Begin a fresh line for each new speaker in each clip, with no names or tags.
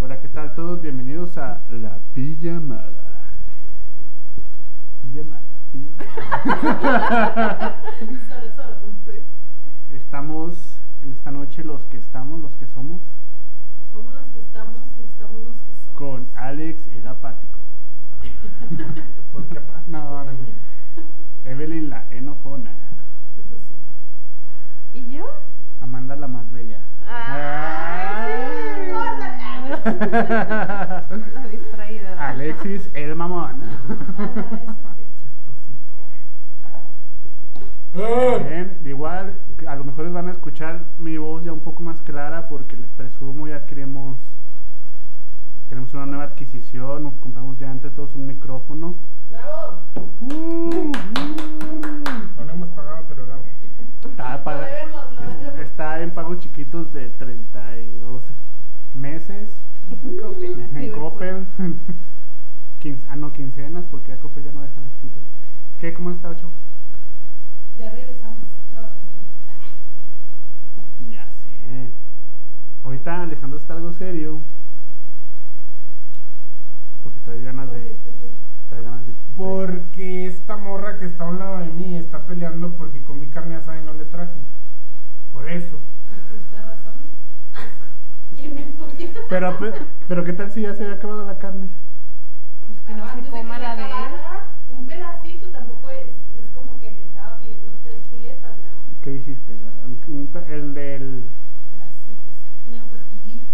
Hola, ¿qué tal todos? Bienvenidos a La Pijamada. Pijamada, pijamada.
solo, solo.
Estamos en esta noche los que estamos, los que somos,
Somos los que estamos y estamos los que somos.
con Alex el apático.
¿Por qué apático?
No, no, no. Evelyn la enojona.
Eso sí.
¿Y yo?
Amanda la más bella.
Ay,
Ay.
La distraída.
Alexis el mamón.
Ah,
Ah,
Bien, igual, a lo mejor van a escuchar mi voz ya un poco más clara porque les presumo ya adquirimos, tenemos una nueva adquisición, nos compramos ya entre todos un micrófono.
¡Bravo!
No no hemos pagado, pero bravo.
Está, paga-
debemos, lo
es-
debemos.
está en pagos chiquitos de 32 meses. En Coppel. Quince- ah, no, quincenas, porque ya Coppel ya no deja las quincenas. ¿Qué? ¿Cómo han estado, chavos?
Ya regresamos de vacaciones.
Ya sé. Ahorita Alejandro está algo serio. Porque trae ganas
Porque
de.
esto es el-
Trae ganas de.
Porque esta morra que está a un lado de mí está peleando porque comí carne asada y no le traje. Por eso.
usted razón. Y me empuja.
Pero, pues, pero ¿qué tal si ya se había acabado la carne?
Pues que no
Antes
se
de
coma
se
la de él.
acabara, Un pedacito tampoco es, es como que me estaba pidiendo tres chuletas, ¿no?
¿Qué dijiste? Un- un- El del.
Pedacitos, una costillita,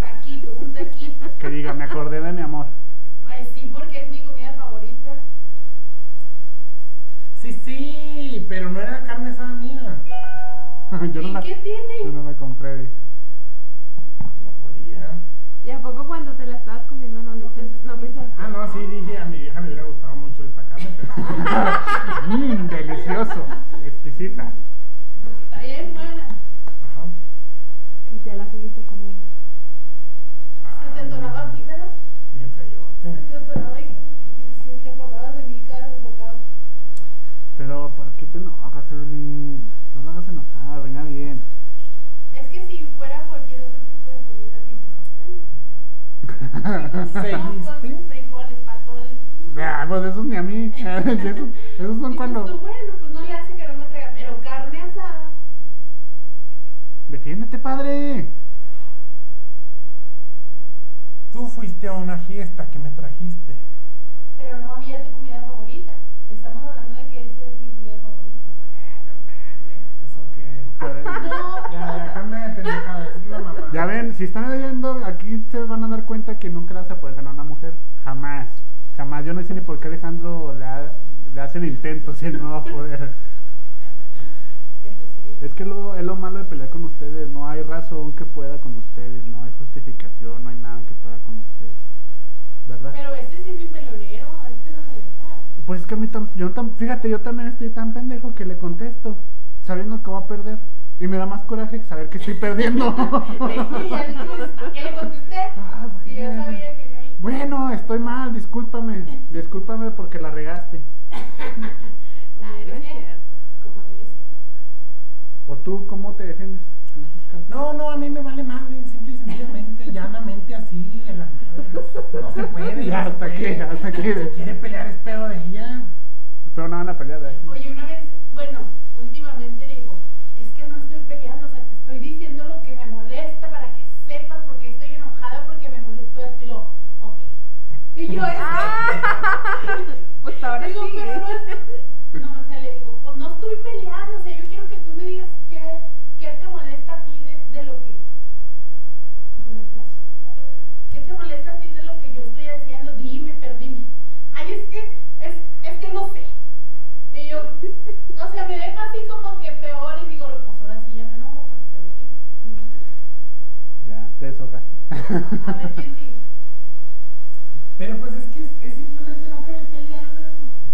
taquito, un taquito.
Que diga, me acordé de mi amor.
Pues sí, porque es mi comida favorita.
Sí, sí, pero no era carne asada mía.
Yo no
¿Y
la,
qué tiene?
yo no la compré. di.
No podía.
¿Y a poco cuando te la estabas comiendo no dices, no pensaste?
Ah, no, sí, dije a mi vieja le hubiera gustado mucho esta carne, pero.
Mmm, delicioso. Exquisita.
Está bien buena.
Ajá.
Y te la seguiste comiendo.
Se te atoraba aquí, ¿verdad?
Bien
Se
feyote.
te atoraba y si te acordabas de mí cada bocado.
Pero, ¿para qué te enojas, Evelyn? No la hagas enojar, venga bien.
Es que si fuera cualquier otro tipo de comida, dices. "Ah,
¿Seguiste?
Con frijoles, patoles.
Ah, pues esos ni a mí. esos, esos son
Dices tú,
cuando.
bueno, pues no le hace que no me traiga, pero carne asada.
¡Defiéndete, padre!
Tú fuiste a una fiesta que me trajiste.
Pero no había tu comida favorita. Estamos hablando de que esa es mi comida favorita.
Eso que.
No,
Ya, ya, cambia de pendejada, es una mamá.
Ya ven, si están oyendo, aquí se van a dar cuenta que nunca las se puede ganar una mujer. Jamás. Jamás. Yo no sé ni por qué Alejandro le, ha- le hace el intento si él no va a poder.
eso sí.
Es que lo, es lo malo de pelear con ustedes. No hay razón que pueda con ustedes. No hay justificación. No hay nada que pueda con ustedes. ¿Verdad?
Pero este sí es mi pelonero, este no me deja.
Pues es que a mí tam- yo tam- fíjate, yo también estoy tan pendejo que le contesto, sabiendo que va a perder. Y me da más coraje saber que estoy perdiendo.
Sí, Este ya le dije, ¿qué le contesté?
Ah,
Sí, yo
bueno.
sabía que yo.
Bueno, estoy mal, discúlpame. Discúlpame porque la regaste.
Ah,
No
debe
es
ser, como debe ser.
¿O tú cómo te defiendes? en esos casos?
No, no, a mí me vale madre, simple y sencillamente, llanamente así, a la madre. No se puede.
Ya,
no se
hasta
puede.
aquí, hasta aquí.
Si quiere pelear, es pedo de ella.
Pero no van a pelear. ¿eh?
Oye, una vez, bueno, últimamente le digo, es que no estoy peleando, o sea, te estoy diciendo lo que me molesta para que sepas por qué estoy enojada, porque me molestó esto y lo, ok. Y yo, es
Pues
que,
ahora
digo,
sí.
pero no es, no, o sea, le digo, pues no estoy peleando, o sea, yo quiero que tú me digas qué, qué te molesta a ti de, de lo que, con el flash. ¿qué te molesta a ti de lo que yo estoy haciendo? Dime, pero dime. Ay, es que, es, es que no sé. Y yo, o sea, me deja así como que peor y digo, pues ahora sí ya me enojo porque se ve que.
Ya, te desahogaste.
A ver quién sigue.
Pero pues es que es, es simplemente no querer pelear.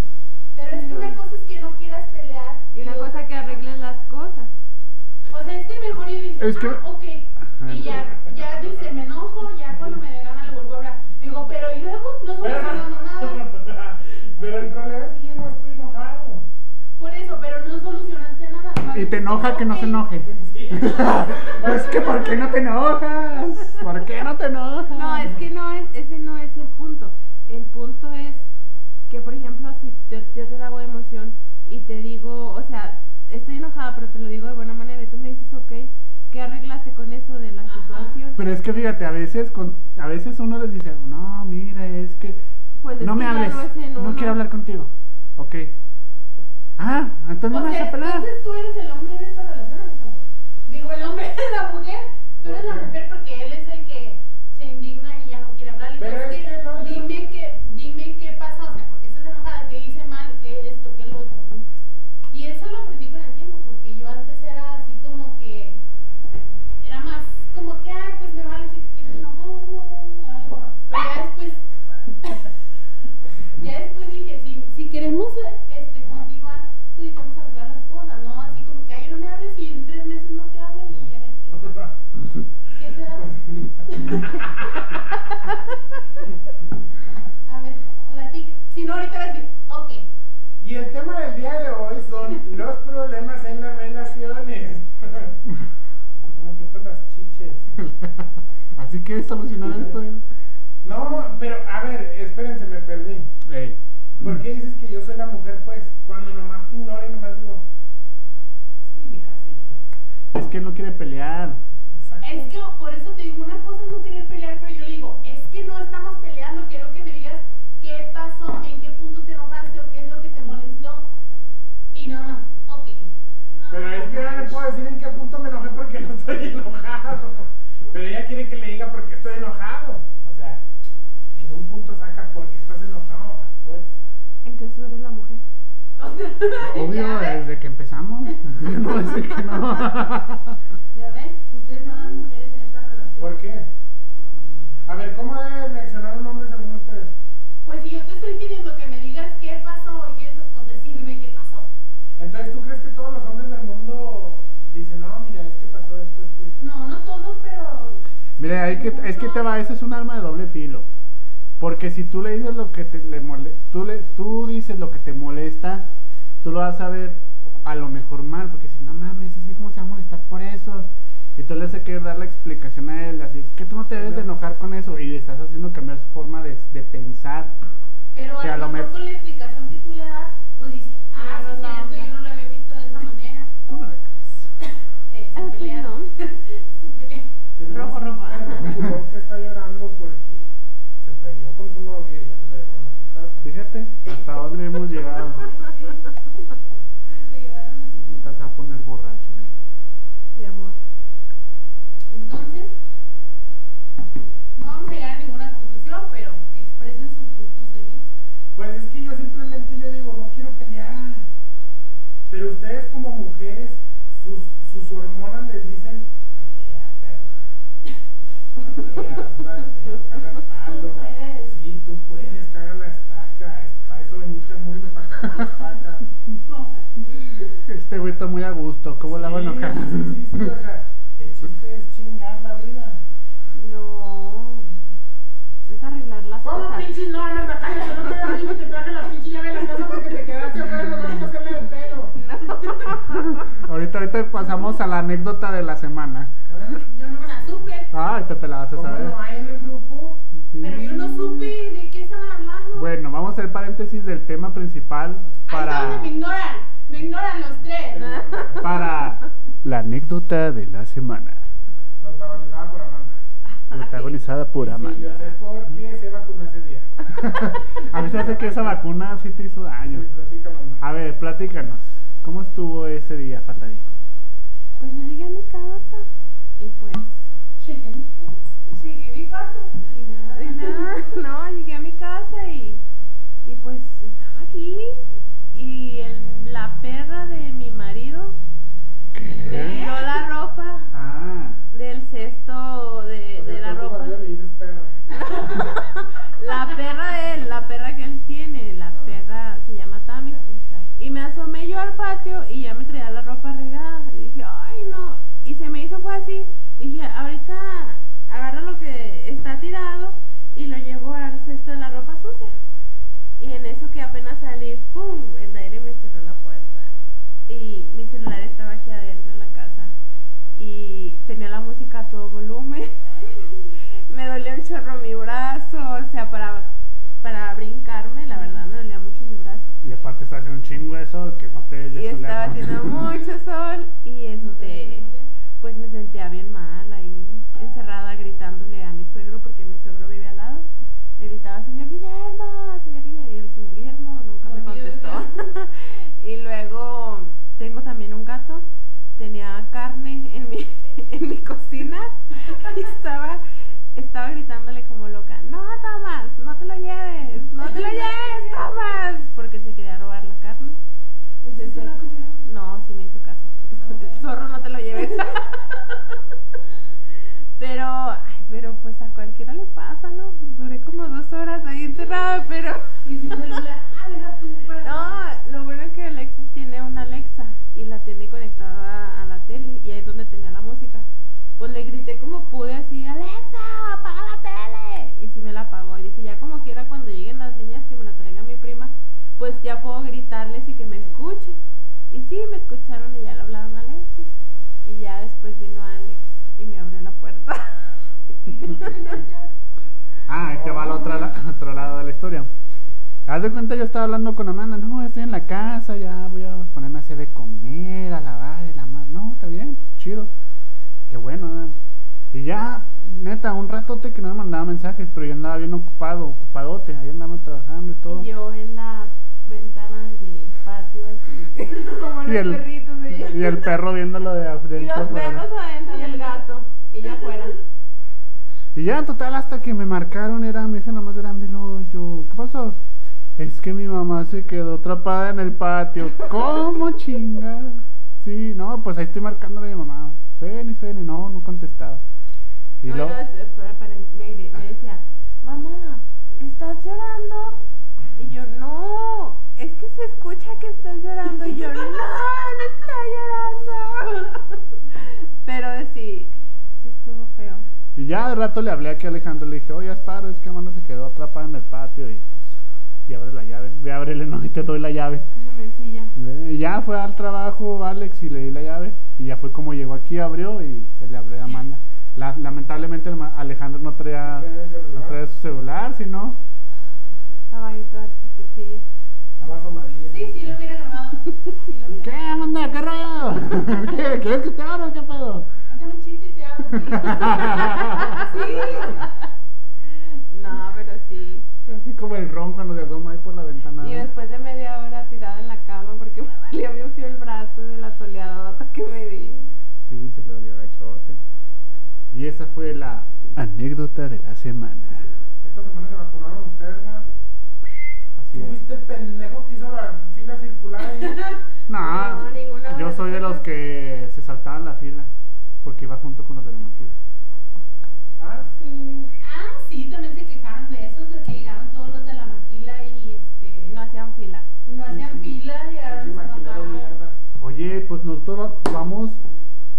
Pero es que una cosa es que no quieras pelear.
Y una
otra-
cosa que arregles las cosas.
O sea, este mejor y dice,
Es que-
ah, ok.
Ajá.
Y ya, ya dice, me enojo, ya cuando me dé gana le vuelvo a hablar. Digo, pero y luego no solucionamos nada.
Pero el problema es que yo no estoy enojado.
Por eso, pero no solucionaste nada.
y te enoja que no se enoje.
Sí.
es que ¿por qué no te enojas? ¿Por qué no te enojas?
No, es que no es, ese no es el punto. El punto es que, por ejemplo, si yo, yo te hago emoción y te digo, o sea, estoy enojada, pero te lo digo de buena manera y tú me dices, ok, ¿qué arreglaste con eso de la
Ajá.
situación?
Pero es que fíjate, a veces con, a veces uno les dice, no, mira, es que
Pues es
no
que
me
ya
hables,
no es en
no
uno.
quiero hablar contigo. Ok. Ah, entonces no
O
me vas
sea,
a pelar.
entonces tú eres el hombre en esta relación, Alejandro. Digo, el hombre es la mujer, tú eres la
Ok.
mujer porque él es el que se indigna y ya no quiere hablar. Y
Pero
no,
es que no, yo-
dime, qué, dime qué pasa, o sea, porque estás enojada, que hice mal, que esto, que lo otro. Y eso lo aprendí con el tiempo, porque yo antes era así como que, era más como que, ay, pues me vale si te quieres enojar, algo. Pero ya después... Ya después dije, si, si queremos este, continuar, necesitamos arreglar las cosas, ¿no? Así como que, ay, no me hables y en tres meses no te hablo y ya ves que... ¿Qué te da? A ver, platica. Si no, ahorita vas a decir, ok.
Y el tema del día de hoy son los problemas en las relaciones. No me aprietan las chiches.
Así que solucionar esto. eh.
No, pero a ver, espérense, me perdí.
Ey.
¿Por qué dices que yo soy la mujer, pues? Cuando nomás te ignoro y nomás digo, sí, mija, sí.
Es que él no quiere pelear.
Exacto.
Es que por eso te digo, una cosa es no querer pelear, pero yo le digo, es que no estamos peleando, quiero que me digas qué pasó, en qué punto te enojaste o qué es lo que te molestó. Y no, no, ok. No,
Pero es que pues. yo no le puedo decir en qué punto me enojé porque no estoy enojado. Pero ella quiere que le diga por qué estoy enojado. O sea, en un punto saca por qué estás enojado a fuerza.
Entonces tú eres la mujer.
Obvio,
Ya ves.
desde que empezamos. no, desde que no.
Ya ven, ustedes no dan mujeres en esta relación.
¿Por qué? A ver, ¿cómo debe reaccionar un hombre según ustedes?
Pues si yo te estoy pidiendo que me digas qué pasó y qué eso, pues decirme qué pasó.
Entonces, ¿tú crees que todos los hombres del mundo dicen, no, mira, es que pasó esto, esto y esto"?
No, no todos, pero.
Mira, hay que, es que te va, ese es un arma de doble filo. Porque si tú le dices lo que te le mole- tú, le, tú dices lo que te molesta, tú lo vas a ver a lo mejor mal, porque si no mames, es que cómo se va a molestar por eso. Y tú le haces que dar la explicación a él, así, es que tú no te debes de enojar con eso, y le estás haciendo cambiar su forma de, de pensar.
Pero a
Que a
lo
lo
mejor
me-
con la explicación que tú le das, pues dice, ah,
No,
sí, es
no,
cierto,
no.
yo no lo había visto de esa manera.
Tú no la cagas.
Eh, se
Ah, pues
pelearon.
no.
Se pelearon.
Rojo, rojo.
Un que está llorando porque se peleó con su novia y ya se la llevaron a su casa.
Fíjate hasta dónde hemos llegado.
Se llevaron así.
No te vas a poner borracho. güey.
Mi amor.
Entonces, no vamos a llegar a ninguna conclusión, pero expresen sus puntos de vista.
Pues es que yo simplemente yo digo, no quiero pelear. Pero ustedes como mujeres, sus, sus hormonas les dicen, pelea, perra. Pelea, hazla de pedo, caga el palo.
Tú puedes.
Sí, tú puedes, caga la estaca. Es- Para eso veniste al mundo, para cagar la estaca.
No,
Este güey está muy a gusto, ¿cómo la va a
Sí,
enojar?
Sí, sí, sí, o sea, el chiste es chingar la vida.
No. Es arreglar las
¿Cómo
cosas.
pinches no, Amanda? Cállate, no te veas bien, te traje la pinche llave de la casa porque te quedaste afuera, no vas a hacerle el pelo.
Ahorita, ahorita pasamos a la anécdota de la semana.
¿Ah?
yo no me la supe.
Ah, ahorita te la vas a
Como
saber.
no hay en el grupo,
Sí.
Pero yo no supe de qué estaban hablando.
Bueno, vamos a hacer paréntesis del tema principal
Ahí está
para,
donde me ignoran. Me ignoran los tres.
para la anécdota de la semana,
protagonizada por Amanda.
protagonizada por
Ah, Sí, yo sé
Amanda.
por qué se vacunó ese día.
A mí se hace que esa vacuna sí te hizo daño.
Sí, platica, Amanda.
A ver, platícanos. ¿Cómo estuvo ese día, Fatadico?
Pues yo llegué a mi casa y pues
Llegué a mi casa, llegué a mi cuarto y nada.
Y nada, no, llegué a mi casa y, y pues estaba aquí y el- la perra de mi marido me tiró la ropa
Ah,
del cesto de,
O sea,
de la
tú a tu
ropa.
marido le dices perro.
La perra de él, la perra que él tiene, la perra se llama Tami. Y me asomé yo al patio y ya me traía la ropa regada. Y dije, ay no. Y se me hizo fácil. Dije, ahorita agarro lo que está tirado y lo llevo al cesto de la ropa sucia. Y en eso que apenas salí, ¡pum! El aire me cerró la puerta. Y mi celular estaba aquí tenía la música a todo volumen. me dolía un chorro mi brazo, o sea, para, para brincarme, la verdad me dolía mucho mi brazo.
Y aparte está haciendo un chingo eso, que no te
Y
soleado.
estaba haciendo mucho sol y
No te
este,
dejes moler.
pues me sentía bien mal ahí, encerrada gritándole a mi suegro porque mi suegro vive al lado. Le gritaba, señor Guillermo, señor Guillermo, y el señor Guillermo nunca me
Dormido,
contestó.
¿verdad?
y luego tengo también un gato, tenía carne en mi, en mi cocina y estaba, estaba gritándole como loca, no Tomás, no te lo lleves, no te lo lleves Tomás, porque se quería robar la carne.
¿Y si se la comió?
No, sí me hizo caso.
No, bueno.
Zorro, no te lo lleves. pero, ay, pero pues a cualquiera le pasa, ¿no? Duré como dos horas ahí encerrada, pero...
Y sin celular, ah, deja tú para.
No, lo bueno es que Alexis tiene una Alexa y la tiene conectada a la tele y ahí es donde tenía la música. Pues le grité como pude así, Alexa, apaga la tele. Y sí me la apagó y dije, ya como quiera cuando lleguen las niñas que me la traiga mi prima, pues ya puedo gritarles y que me escuchen. Y sí, me escucharon y ya le hablaron a Alexis. Y ya después vino Alex y me abrió la puerta.
¿Y tú qué tenías ya?
Ah, ahí te va la otra, la- otro lado de la historia. Haz de cuenta, yo estaba hablando con Amanda. No, estoy en la casa, ya voy a ponerme a hacer de comer, a lavar, y la madre. No, está bien, pues, chido. Qué bueno, ¿verdad? Y ya, neta, un ratote que no me mandaba mensajes, pero yo andaba bien ocupado, ocupadote. Ahí andamos trabajando y todo.
Y yo en la ventana de mi patio así, como los
Y el-
perritos. ¿sí?
y el perro viéndolo de
Y
adentro.
los
para-
perros adentro y el gato. Y yo afuera.
Y ya, total, hasta que me marcaron, era mi hija la más grande, y luego yo, ¿qué pasó? Es que mi mamá se quedó atrapada en el patio. ¿Cómo chingada? Sí, no, pues ahí estoy marcándole a mi mamá. Suene, suene, no, no contestaba. Y
No,
luego,
yo, eh, para- para- me, gri- me decía, mamá, ¿estás llorando? Y yo, no, es que se escucha que estás llorando. Y yo, no, no está llorando. Pero sí, sí estuvo feo.
y ya de rato le hablé aquí a Alejandro, le dije, oye, Asparo, es que Amanda se quedó atrapada en el patio y pues, y abre la llave, ve, ábrele, no, y te doy la llave.
Una mencilla.
Y Eh, ya fue al trabajo Alex y le di la llave. Y ya fue como llegó aquí, abrió y se le abrió a Amanda. La- lamentablemente el ma- Alejandro no traía,
No traía
no traía
el celular.
su celular, sino
Estaba ahí toda tristecilla.
Estaba asomadilla.
Sí, sí, lo hubiera grabado. Sí, lo hubiera
¿Qué,
grabado.
Amanda? ¿Qué rollo? ¿Qué, ¿Quieres que te abra o qué pedo?
Hazme un chiste y te hablo, sí. Sí.
No, pero sí.
Así como el ron cuando se asoma ahí por la ventana.
Y
¿no?
después de media hora tirada en la cama porque me dolía bien feo el brazo de la soleadota que me di.
Sí, se le dio gachote. Y esa fue la anécdota de la semana.
Esta semana se vacunaron ustedes, ¿no?
Así
¿Tú
es.
fuiste el pendejo que hizo la fila circular ahí?
No,
No, ninguna
yo
hora
soy de
exacta.
los que se saltaban la fila porque iba junto con los de la maquila.
Ah, sí.
Ah, sí, también se quejaron de esos de que llegaron todos los de la maquila y este.
No hacían fila.
No hacían fila,
Pinche
llegaron a
maquilero mierda.
Oye, pues nosotros va- vamos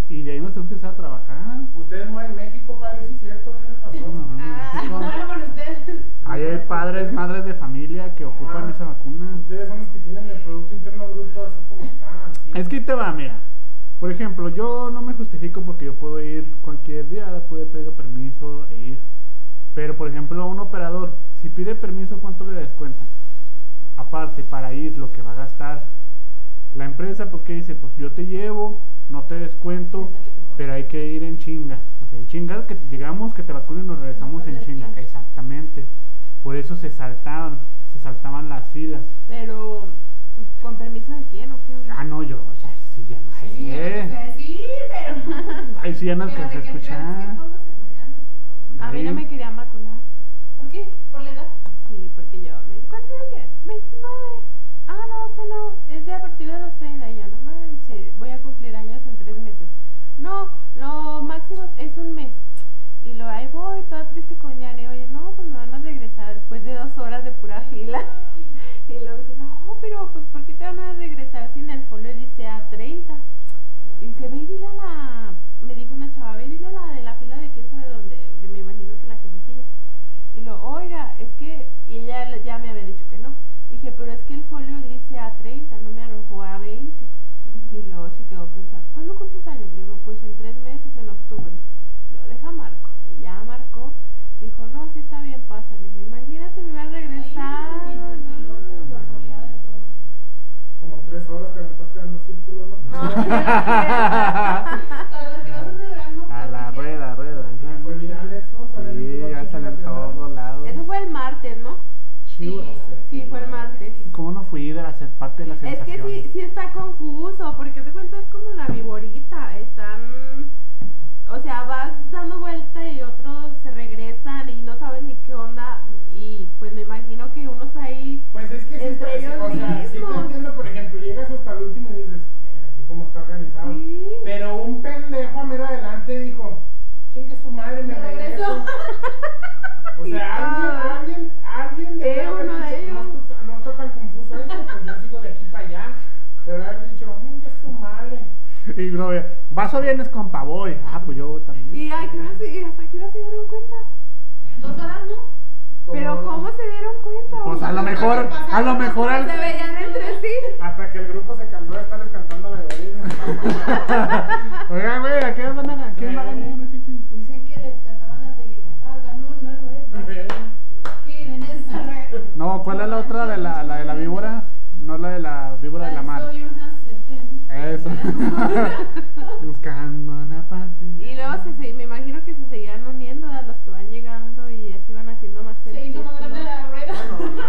y de ahí nos tenemos que empezar a trabajar.
Ustedes no en México, padre, sí, cierto, tienen razón.
Ah.
No,
Ahora para ustedes.
Ahí hay padres, madres de familia que ocupan
Ah.
esa vacuna.
Ustedes son los que tienen el Producto Interno Bruto así como están. sí.
Es que ahí te va, mira. Por ejemplo, yo no me justifico porque yo puedo ir cualquier día, puedo pedir permiso e ir. Pero, por ejemplo, un operador, si pide permiso, ¿cuánto le descuentan? Aparte, para ir, lo que va a gastar. La empresa, pues, ¿qué dice? Pues yo te llevo, no te descuento,
Te sale mejor.
pero hay que ir en chinga. O sea, en chinga que llegamos, que te vacunen y nos regresamos en
perder
chinga.
tiempo.
Exactamente. Por eso se saltaban, se saltaban las filas.
Pero, ¿con permiso de quién o qué?
Ah, no, yo, ya, sí, ya no sé.
Ay, sí, yo no sé decir, pero.
Ay, sí, ya no
Pero
alcancé
de
a
que
escuchar.
enfermos, que todos enferman, pues, que todos.
A mí no
Ahí.
me querían vacunar.
¿Por qué? ¿Por la edad?
Sí, porque yo me dice, ¿cuántos años tiene? 29. Ah, no, usted no. Es de a partir de los 30. Y Yo no manches. Voy a cumplir años en tres meses. No, lo máximo es un mes. Y lo ahí voy, toda triste con Yane. Oye, no, pues me van a regresar después de dos horas de pura fila. Y luego dice, no, pero pues ¿por qué te van a regresar si en el folio dice a 30? Y dice, ve y dile a la, me dijo una chava, ve y dile a la de la fila de quién sabe dónde, yo me imagino que la jefecilla. Y lo, oiga, es que, y ella le- ya me había dicho que no. Dije, pero es que el folio dice a 30, no me arrojó a 20. Y luego se quedó pensando, ¿cuándo cumples años? Le digo, pues en tres meses, en octubre. dijo, no, sí está bien, pásale. Imagínate, me iba a regresar.
Ay,
no,
y tus pilotes, la soleada y todo.
Como tres horas te aventaste dando círculos, ¿no?
No,
Para los que no son de Durango,
A la
platiquen.
rueda, rueda.
Ya fue viral eso, sale en
Sí,
un
ya
noticiero
sale en
nacional.
todos lados.
Eso fue el martes, ¿no?
Sí,
no sé.
Sí, fue el martes.
¿Cómo no fui de hacer parte de la
Es que
sensación?
sí, sí está confuso, porque te cuenta es como la viborita, están, o sea, vas dando vuelta y otros se regresan y no saben ni qué onda y pues me imagino que unos ahí,
Pues es que sí, está- sí,
Entre ellos
o sea, sí te
mismos.
entiendo, por ejemplo, llegas hasta el último y dices, "Mira, aquí cómo está organizado.
Sí.
Ah, Pero un pendejo a mero adelante dijo, chingue su madre, me
Me regreso.
regreso. O sea,
Ah.
alguien, alguien, alguien
Eh,
debe haber
uno de
dicho, no
ellos.
está, no está tan confuso esto, pues yo sigo de aquí para allá. Pero haber dicho, chingue su madre.
Y no vea, vas o vienes con Pavoy. Ah, pues yo también.
y ay, ¿qué hora se- y hasta qué hora se dieron cuenta.
Dos horas, ¿no?
Como-
Pero ¿cómo se dieron cuenta?
Pues a lo mejor, a lo mejor al-
Se veían entre sí.
Hasta que el grupo se cansó de estarles cantando la violina.
Oiga, güey, ¿a qué van a, quién va a ganar?
Eh.
Dicen que les cantaban las de ah, ganó una rueda. Giren esa rueda.
No, ¿cuál es la otra de la, la de la víbora? No la de la víbora de la mar.
Soy una serpiente.
Eso. Buscando una parte.
Y luego se, se- me imagino que se seguían uniendo a los que van llegando y así van haciendo más
Se hizo más grande la rueda.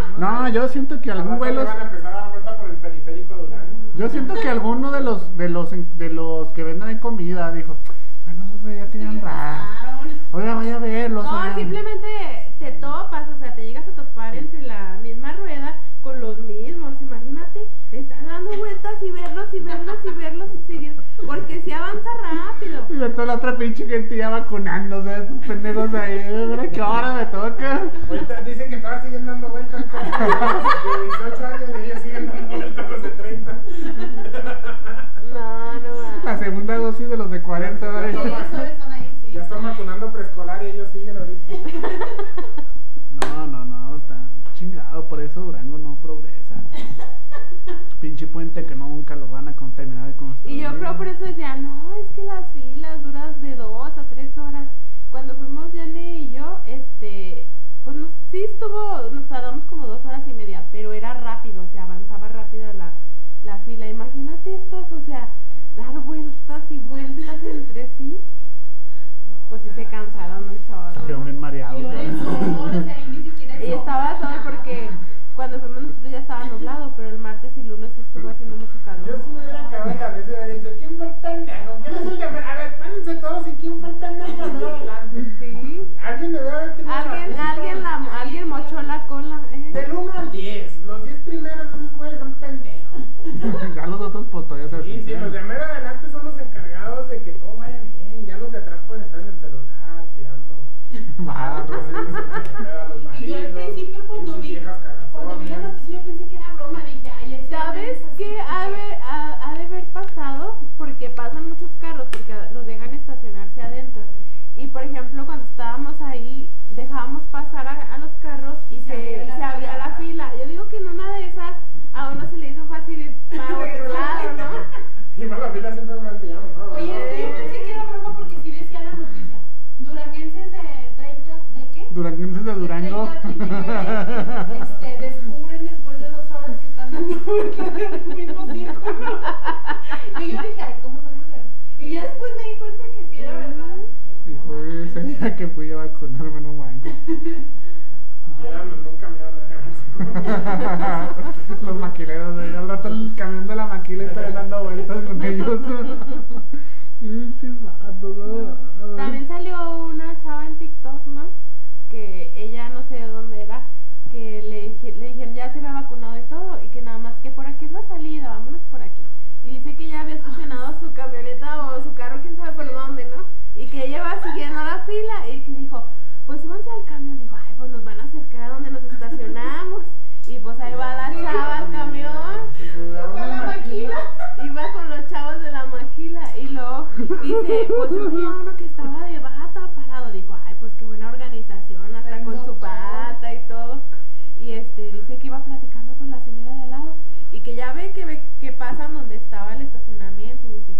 No, yo siento que algún güey los-
van a empezar a dar vuelta por el periférico de Durango.
Yo siento que alguno de los de los en- de los que venden en comida dijo, bueno, esos güey ya tienen ra.
pasaron.
Oiga, vaya a verlos.
No,
oiga".
simplemente te topas, o sea, te llegas a topar entre la misma rueda con los mismos, imagínate, estás dando vueltas y verlos y verlos y verlos y seguir, porque si avanza rápido.
Y toda la otra pinche gente ya vacunándose, estos pendejos de ahí, mira que ahora me toca.
Ahorita dicen que todavía siguen dando vueltas. como De 18 años y ellos siguen dando vueltas los de 30.
No, no
La
va.
segunda dosis de los de 40
Y
dale.
ellos solo están ahí, sí.
Ya están vacunando preescolar y ellos siguen ahorita.
No, no, no, está chingado, por eso Durango no progresa. Pinche puente que nunca lo van a con- terminar de construir.
Y yo creo por eso decía, no, es que las filas duras de dos a tres horas. Cuando fuimos Yane y yo, este, pues nos, sí estuvo, nos tardamos como dos horas y media, pero era rápido, o sea, avanzaba rápido la, la fila. Imagínate estos, o sea, dar vueltas y vueltas entre sí. Pues sí se cansaron un chorro.
Salieron bien
¿no?
mareados.
Y yo
ya.
en el sol, o sea, ahí ni siquiera hay
Y
sol.
estaba sol porque cuando fuimos nosotros ya estaba nublado, pero el martes y lunes estuvo haciendo mucho calor.
Yo si me hubiera acabado la vez de haber dicho, ¿quién fue el pendejo? ¿Quién es el de A ver, párense todos y ¿quién fue el pendejo de mero adelante?
Sí.
Alguien debe haber tenido la
Alguien,
culpa.
alguien, la, alguien mochó la cola,
Del
¿eh?
1 al 10, los 10 primeros de esos güeyes son pendejos.
ya los otros pues todavía se
Sí, sí,
desentendieron.
los de mero adelante son los encargados de que todo vaya bien. Ya los de atrás pueden estar en el celular tirando. este,
Barras,
Y yo al principio cuando vi, cuando vi la noticia yo pensé que era broma, dije, ay, ese
¿Sabes
es así,
qué ha, de- ha- ha de haber pasado? Porque pasan muchos carros, porque los dejan estacionarse adentro. Y por ejemplo, cuando estábamos ahí, dejábamos pasar a, a los carros y
Se
se,
abría la
se abría
fila.
la fila. Yo digo que en una de esas a uno se le hizo fácil ir para otro lado, ¿no?
Y más la fila siempre me llama, ¿no?
Oye, sí, yo pensé que era broma porque sí decía la noticia. Duranguenses de 30, ¿de qué?
Duranguenses de
De
Durango.
30, 39, este, descubren después de dos horas que están dando vueltas en el mismo círculo. Y yo dije, ay, ¿cómo son mujeres? Y ya después me di cuenta que sí era verdad.
Mm.
Y fue ese día que fui a vacunarme, no manches.
Ya no, nunca me hablan de
Los maquileros, güey. Al rato el camión de la maquileta ya dando vueltas con ellos. Pinches vatos, ¿no?
También salió una chava en TikTok, ¿no? Que ella no sé de dónde era, que le, dije- le dijeron ya se había vacunado y todo, y que nada más que por aquí es la salida, vámonos por aquí. Y dice que ya había estacionado su camioneta o su carro, quién sabe por dónde, ¿no? Y que ella va siguiendo la fila y que dijo, pues súbanse al camión. Dijo, ay, pues nos van a acercar a donde nos estacionamos. Y pues ahí va la chava al camión.
Fue la maquila.
Iba con los chavos de la maquila y luego dice, pues yo veía uno que estaba de bata parado. Dijo, ay, pues qué buena organización, hasta
Traen
con su
doctor.
bata y todo. Y este, dice que iba platicando con la señora de al lado y que ya ve que, ve que pasan donde estaba el estacionamiento y dice,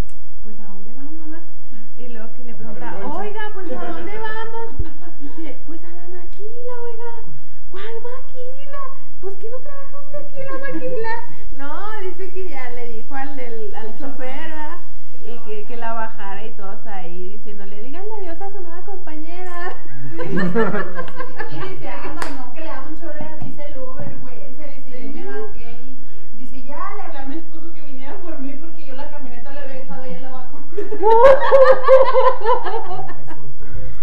pues a dónde vamos, va?" Y luego que le
Como
pregunta,
el lonche.
oiga, pues a dónde vamos. Dice, pues a la maquila. Pues, tranquila, tranquila. No, dice que ya le dijo al, del- al
Al
chofer,
chofer.
¿verdad?
Que
y
la
que, que la bajara y todos ahí diciéndole, díganle adiós a su nueva compañera.
Y dice, anda, no, que le da un chorro de risa y luego vergüenza. Dice, yo me bajé y dice, ya le hablé a mi esposo que viniera por mí porque yo la camioneta la había dejado ahí en la vacuna.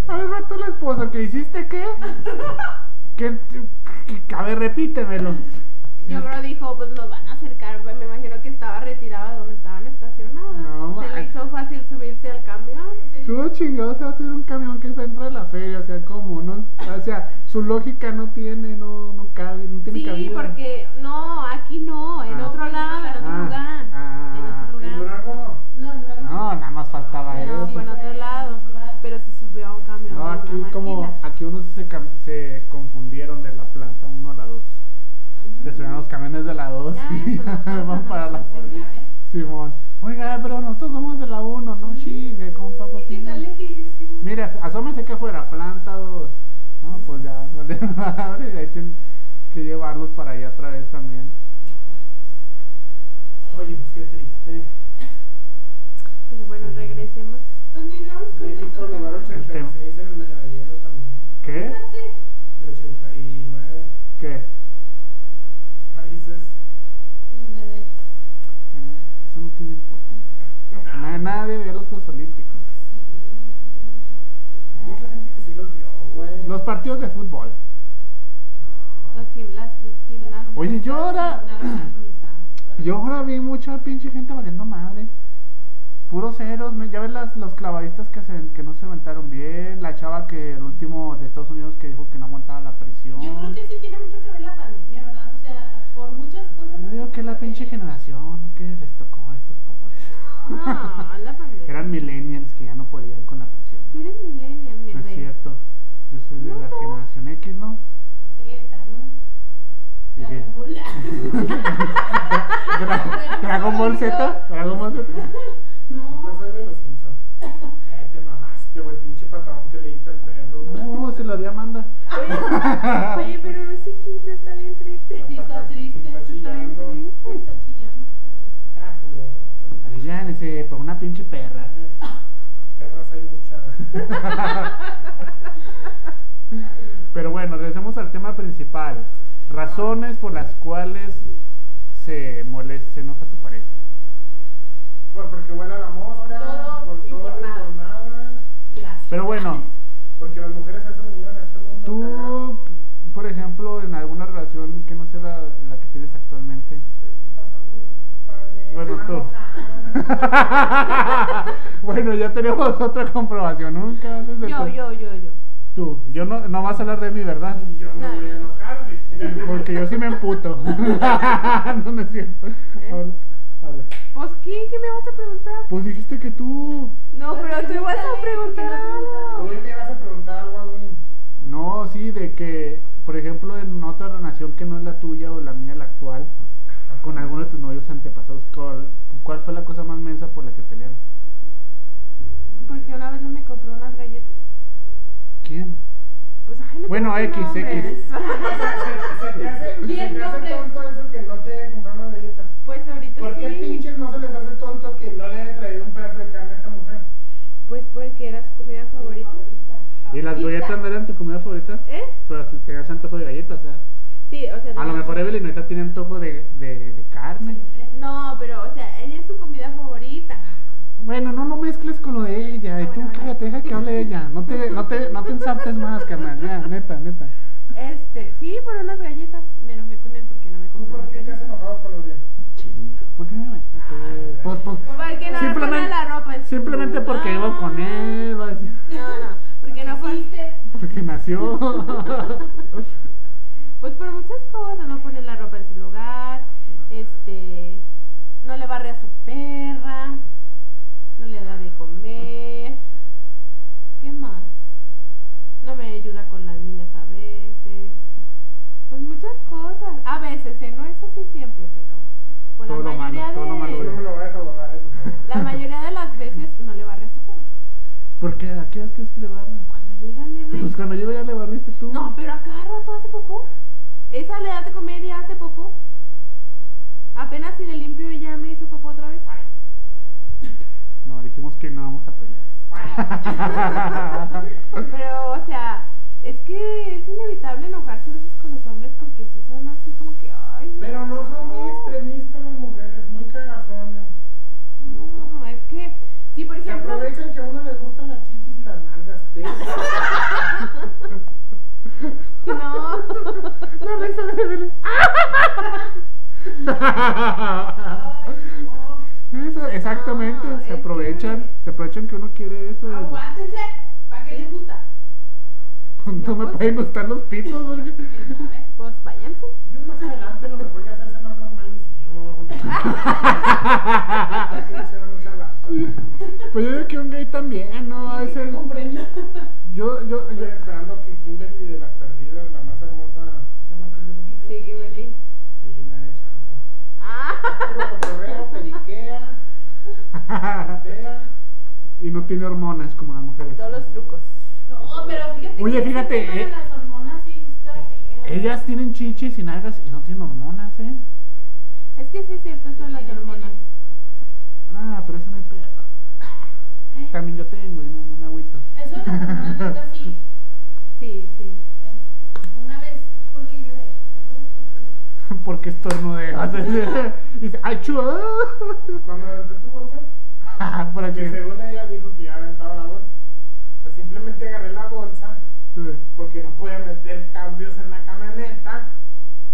Al rato la esposa, ¿que hiciste qué? ¿Qué, qué- a ver, repítemelo.
Yo creo dijo, pues nos van a acercar, me imagino que estaba retirada donde estaban estacionadas.
No,
Se
man.
le hizo fácil subirse al camión.
¿Cómo chingados se va a hacer un camión que está dentro de la feria? O sea, ¿cómo? No, o sea, su lógica no tiene, no, no cabe, no tiene
Sí,
cabida.
porque no, aquí no, en
Ah.
otro lado, en otro
Ah,
lugar.
ah,
en
ah.
otro
En
lugar.
Durango no.
No, en Durango
No, nada más faltaba
No,
eso.
fue en otro lado. Pero se subió a un camión.
No,
de una
aquí como,
maquila.
aquí unos se, cam- se confundieron de la planta 1 a la 2. Se subieron los camiones de la 2
Ya,
y
eso no pasa,
van
no
para la
pasa,
Ya ves.
Simón. Oiga, pero nosotros somos de la 1, no chingue, compa. pues,
Y
sí.
sale finísimo.
Mira, asómese que fuera, planta 2. No, pues ya, vale madre, ahí tienen que llevarlos para allá otra vez también.
Oye, pues qué triste.
Pero bueno, regresemos.
Continuamos con
México
nuestro
lugar
tema.
El tema.
86 en el medallero también.
¿Qué?
Fíjate,
De 89
¿Qué? Eh,
países.
los medallas.
Eh, eso no tiene importancia. Na- nadie vio los Juegos Olímpicos.
Mucha gente que sí los vio, güey. Ah.
Los partidos de fútbol.
Los gimnas, los gimnas.
Oye, yo ahora. Yo
Yo.
ahora vi mucha pinche gente valiendo madre. Puros ceros, me- ya ves las, los clavadistas que, se, que no se aventaron bien, la chava que el último de Estados Unidos que dijo que no aguantaba la presión.
Yo creo que sí tiene mucho que ver la pandemia, ¿verdad? O sea, por muchas cosas.
Yo digo que la pinche generación que les tocó a estos pobres.
No, la pandemia.
Eran millennials que ya no podían con la presión.
Tú eres millennial, mi
No es
rey.
cierto. Yo soy de la
No.
generación X, ¿no?
Zeta, ¿no?
¿Y qué?
Dragon Ball.
Dra- Dragon Ball Z. Dragon Ball Z.
Yo
No.
soy de los Simpsons. Eh, te mamaste, güey, pinche patadón que le diste al perro. güey.
No, se la di a Amanda.
Oye, oye, pero no se quita, está bien triste.
Sí, está triste,
Está
está
bien
chillando.
triste.
Está chillando.
Ah, culo.
Aliviánese, por una pinche perra.
Eh, Perras hay muchas.
Pero bueno, regresemos al tema principal. Razones por las cuales se molesta, se enoja tu pareja.
Pues porque vuela la mosca,
Por todo
por todo,
y por
y
nada.
por nada.
Gracias.
Pero bueno,
Porque las mujeres a eso vinieron a este mundo.
tú, por ejemplo, en alguna relación que no sea la, la que tienes actualmente. Bueno, tú. bueno, ya tenemos otra comprobación. Nunca antes de
Yo,
todo.
yo, yo, yo.
Tú, yo no, no vas a hablar de mí, ¿verdad?
Y yo me
No.
voy a enojar. güey.
Porque yo sí me emputo. no, no es cierto.
¿Eh?
Habla, habla.
Pues, ¿qué? ¿Qué me vas a preguntar?
Pues dijiste que tú.
No, pero tú vas a preguntar
Tú
algo.
me vas a preguntar algo a mí.
No, sí, de que, por ejemplo, en otra relación que no es la tuya o la mía, la actual, con alguno de tus novios antepasados, ¿cuál, cuál fue la cosa más mensa por la que pelearon?
Porque una vez no me compró unas galletas.
¿Quién?
Pues, ay, no
Bueno,
tengo
X,
nombres.
Se te hace, se
Bien,
te hace
hombre.
tonto eso que no te compraron las galletas.
Pues ahorita
¿Por qué
sí.
pinches no se les hace tonto que no le haya traído un pedazo de carne a esta mujer?
Pues porque era su comida favorita.
¿Y las galletas no eran tu comida favorita?
¿Eh?
Pero si tenías antojo de galletas, ¿eh?
Sí, o sea.
A lo
tenía-
mejor Evelyn ahorita tiene antojo de, de, de carne.
No, pero, o sea, ella es su comida favorita.
Bueno, no lo mezcles con lo de ella. y
Ah,
tú
bueno, bueno.
cállate, deja que hable ella. No te, no te, no te ensartes más, carnal. Ya, neta, neta.
Este, sí, por unas galletas. Me enojé con él porque no me
¿Tú
compró
por
unas
qué te has
galletas.
enojado con los dientes?
Chinga. ¿Por qué me me- eh, pues, pues,
Porque no me
Simplemente-
pone la ropa. es-
Simplemente porque
Ah.
iba con él. va a decir,
No, no, porque no fue.
fuiste.
Porque nació.
Pues por muchas cosas, no pone la ropa en su lugar, este, no le barre a su perra, no le da de comer, ¿qué más? No me ayuda con las niñas a veces, pues muchas cosas, a veces, ¿eh? no es así siempre, pero pues
Todo
la
lo malo,
mayoría
todo lo malo.
Tú
de
no me lo vayas a borrar, eh, por favor.
la mayoría de las veces no le barre a su perra.
Porque a qué hora crees que le barra.
Cuando llega le ve-
Pues cuando yo ya le barriste tú.
No, pero a cada rato hace popó. Esa le hace comer y hace popó. Apenas si le limpio y ya me hizo popó otra vez.
Fight.
No, dijimos que no vamos a pelear.
Pero, o sea, es que es inevitable enojarse a veces con los hombres porque sí son así como que, ay.
Pero no son muy extremistas las mujeres, muy cagazonas.
No, es que, si por
Se
ejemplo.
aprovechan que a uno les gustan las chichis y las mangas.
No.
La risa de Evelyn.
Ay, no.
Eso, exactamente,
No,
se
es
aprovechan,
que- Ah,
se aprovechan que uno quiere eso. y-
Aguántense, ¿para qué les gusta?
no me
pues-
pueden gustar los pitos, porque-
¿Quién sabe?
Pues váyanse.
Yo más adelante a lo mejor ya se hacen más normales y yo me voy a juntar. Hay que echar mucha lata.
Pues yo digo que un gay también, ¿no? Es el-
Comprenda.
yo, yo, yo-
Estoy esperando que Kimberly de las perdidas, la más hermosa, ¿se llama Kimberly?
Sí, Kimberly.
Sí, me da chance.
Ah,
Puro cotorreo, periquea, patea.
y no tiene hormonas como las mujeres.
todos los trucos.
No, pero fíjate.
Oye,
que ese
fíjate,
tema de
eh,
las hormonas sí está feo.
Ellas tienen chichis y nalgas y no tienen hormonas, ¿eh?
Es que sí es cierto eso de las hormonas.
Ah, pero eso no hay pedo. También yo tengo y no, no me agüito.
Eso de las hormonas neta, sí.
Sí, sí.
Es- Una vez, porque lloré. ¿Te acuerdas por qué?
Porque estornudé.
Ah,
o sea, Dice, ¡ay, chulo!
Cuando aventé tu bolsa,
Ah, Por aquí.
que según ella dijo que ya aventaba la bolsa, pues simplemente agarré la bolsa porque no podía meter cambios en la camioneta.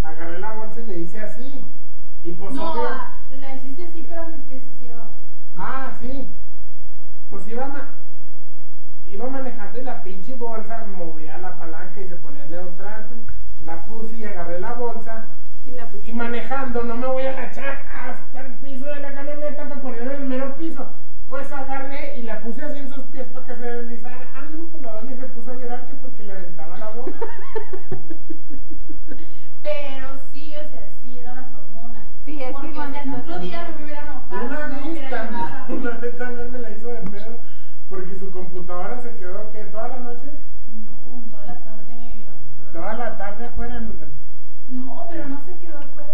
Agarré la bolsa y le hice así. Y pues
No,
obvio.
ah, la hiciste así, pero mis pies se llevaban.
Ah, sí. Pues iba, ma- iba manejando y la pinche bolsa movía la palanca y se ponía neutral. La puse y agarré la bolsa.
Y la
Y manejando, no me voy a agachar hasta el piso de la camioneta para ponerla en el mero piso. Pues agarré y la puse así en sus pies para que se deslizara. Ah, no, pues la doña se puso a llorar que porque le aventaba la bolsa.
Pero sí, o sea, sí eran las hormonas.
Sí, es que
Porque
cuando
o sea, en
estás
otro día me hubiera enojado.
Una
me
vez,
hubiera
también,
llorado.
una vez también me la hizo de pedo porque su computadora se quedó que toda la noche,
No, toda la tarde me vio.
toda la tarde afuera en el.
No, pero no se quedó afuera.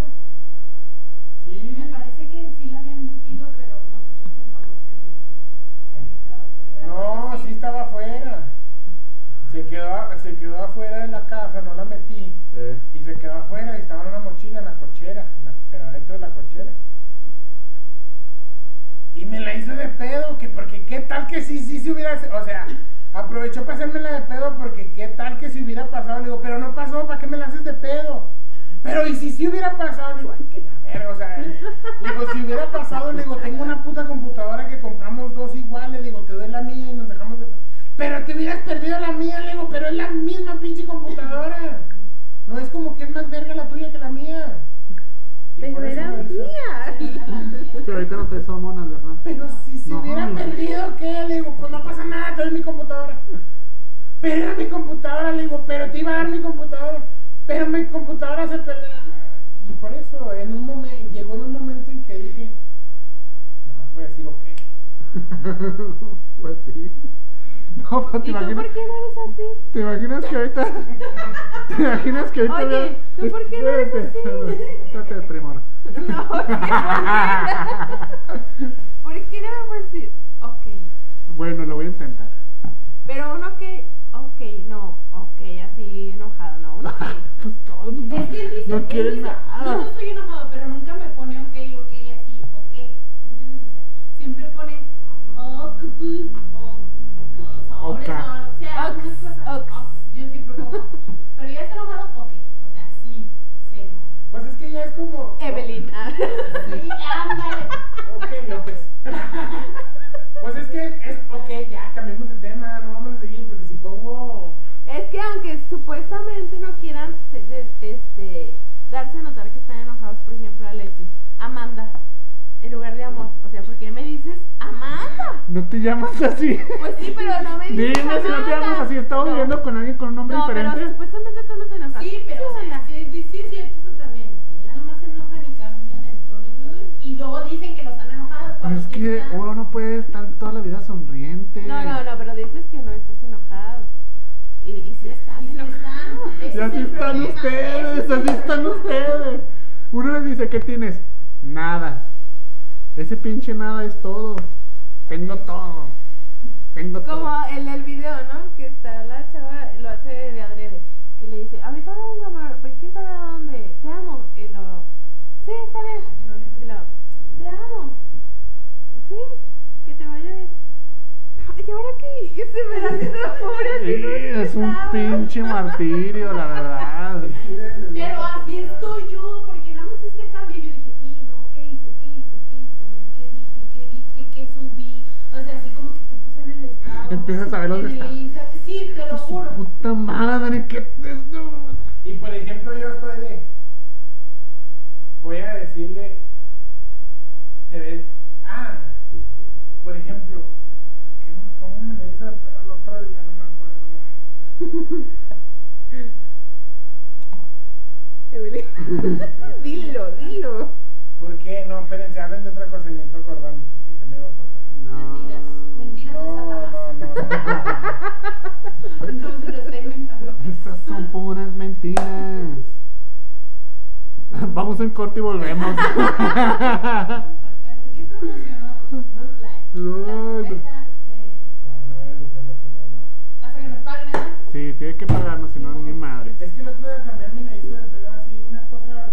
Sí.
Me parece que sí la habían metido, pero nosotros pensamos que se había quedado afuera.
No,
Pero
sí estaba afuera. Se quedó, a- se quedó afuera de la casa, no la metí.
Eh.
Y se quedó afuera y estaba en una mochila en la cochera, en la- pero adentro de la cochera. Y me la hizo de pedo, que porque qué tal que sí, sí se hubiera, o sea, aprovechó para hacérmela de pedo porque qué tal que si hubiera pasado, le digo, pero no pasó, ¿para qué me la haces de pedo? Pero y si sí hubiera pasado, le digo, ay, que la verga, o sea, le digo, si hubiera pasado, le digo, tengo una puta computadora que compramos dos iguales, le digo, te doy la mía y nos dejamos de... Pero te hubieras perdido la mía, le digo, pero es la misma pinche computadora. No es como que es más verga la tuya que la mía. Y
Pero
por eso
Pues era
me dice,
mía.
era la mía.
Pero ahorita no te son hormonas, ¿verdad?
Pero si se
No,
hubiera
hombre.
perdido, ¿qué? Le digo, pues no pasa nada, te doy mi computadora. Pero era mi computadora, le digo, pero te iba a dar mi computadora. Pero mi computadora se perdió. Y por eso, en un momento, llegó en un momento en que dije, no, voy a decir ok.
pues sí. No, pero te
¿Y tú
imaginas,
por qué no eres así?
te imaginas que ahorita. Te imaginas que ahorita.
Oye,
veo-
¿tú por qué no eres
Espérate, espérate, primor.
No, ¿por qué no me puedes decir? Ok.
Bueno, lo voy a intentar.
Pero uno que. Ok, no. Ok, así enojado, no. Uno que.
Pues todo.
Es que él dice,
no
él
quieren
dice,
nada.
No, no estoy enojado, pero nunca me pone ok, ok, así, ok. ¿Entiendes? O sea, siempre pone ok, tú, o o sobre,
Oca.
o sea,
Ox,
muchas cosas.
ox.
Ox, Yo siempre pongo. Pero ya está enojado, ok. O sea, sí, sí.
Pues es que ya es como.
Evelyn. ah.
Sí, ándale.
Ok, López. pues es que es, ok, ya, cambiemos de tema, no vamos a seguir, porque si pongo.
Es que aunque supuestamente no quieran se- de- este, darse a notar que están enojados, por ejemplo, Alexis, Amanda, en lugar de amor. O sea, ¿por qué me dices Amanda?
No te llamas así.
Pues sí, pero no me
Dime
dices
si no te
Amanda.
llamas así. Estaba
No,
viviendo con alguien con un nombre
no, pero
diferente.
supuestamente tú no te enojas.
Sí, pero o sea,
Amanda.
sí, sí, sí es cierto eso también. O sea, ya nomás se enojan y cambian el tono y todo. Y luego dicen que no están enojados
Pero
cuando
es
sí
que
están.
uno no puede estar toda la vida sonriente.
No, no, no, pero dices que no estás enojado. Y, y si estás
Así
enojado.
están, ese
Y
es
así
el
están
problema, ese es
ustedes,
el
así están
problema.
ustedes. Uno les dice, ¿qué tienes? Nada. Ese pinche nada es todo. Tengo todo. Tengo todo.
Como el del video, ¿no? Que está la chava, lo hace de adrede. Que le dice, ahorita vengo, amor, pero quién sabe a dónde. Te amo. Y lo, sí, está bien. Y lo, te amo. Sí, que te vaya bien. ¿Y ahora qué? Y se me da esa pobre así.
Sí,
como
es un
pesada.
pinche martirio, la verdad.
Pero así estoy yo, porque nada más este cambio yo dije, y no, ¿qué hice? ¿Qué hice? ¿Qué hice? ¿Qué dije? ¿Qué dije? ¿Qué subí? O sea, así como que te puse en el estado.
Empiezas a ver los
en el
estados.
Instagram. Sí, te lo
Su
juro.
puta madre, ¿qué es esto?
Y por ejemplo, yo estoy de. Voy a decirle. Te ves. Ah, por ejemplo. ¿qué- ¿Cómo me lo hizo el otro día? No me acuerdo.
Evelyn. dilo, dilo.
¿Por qué? No, espérense, hablen de otra cosa y necesito acordarme porque ya me iba a acordar.
Mentiras, mentiras
No, no,
desatadas.
no. no.
No, se lo estoy inventando.
Estas son puras mentiras. Vamos a un corte y volvemos.
¿Qué promocionó? Bud Light.
No,
La cerveza de-
No, no es lo que me sonó, no.
Hasta que nos paguen, ¿eh?
sí, tiene que pagarnos, si no, ni madres.
Es que el otro día también me la hizo de pedo así, una cosa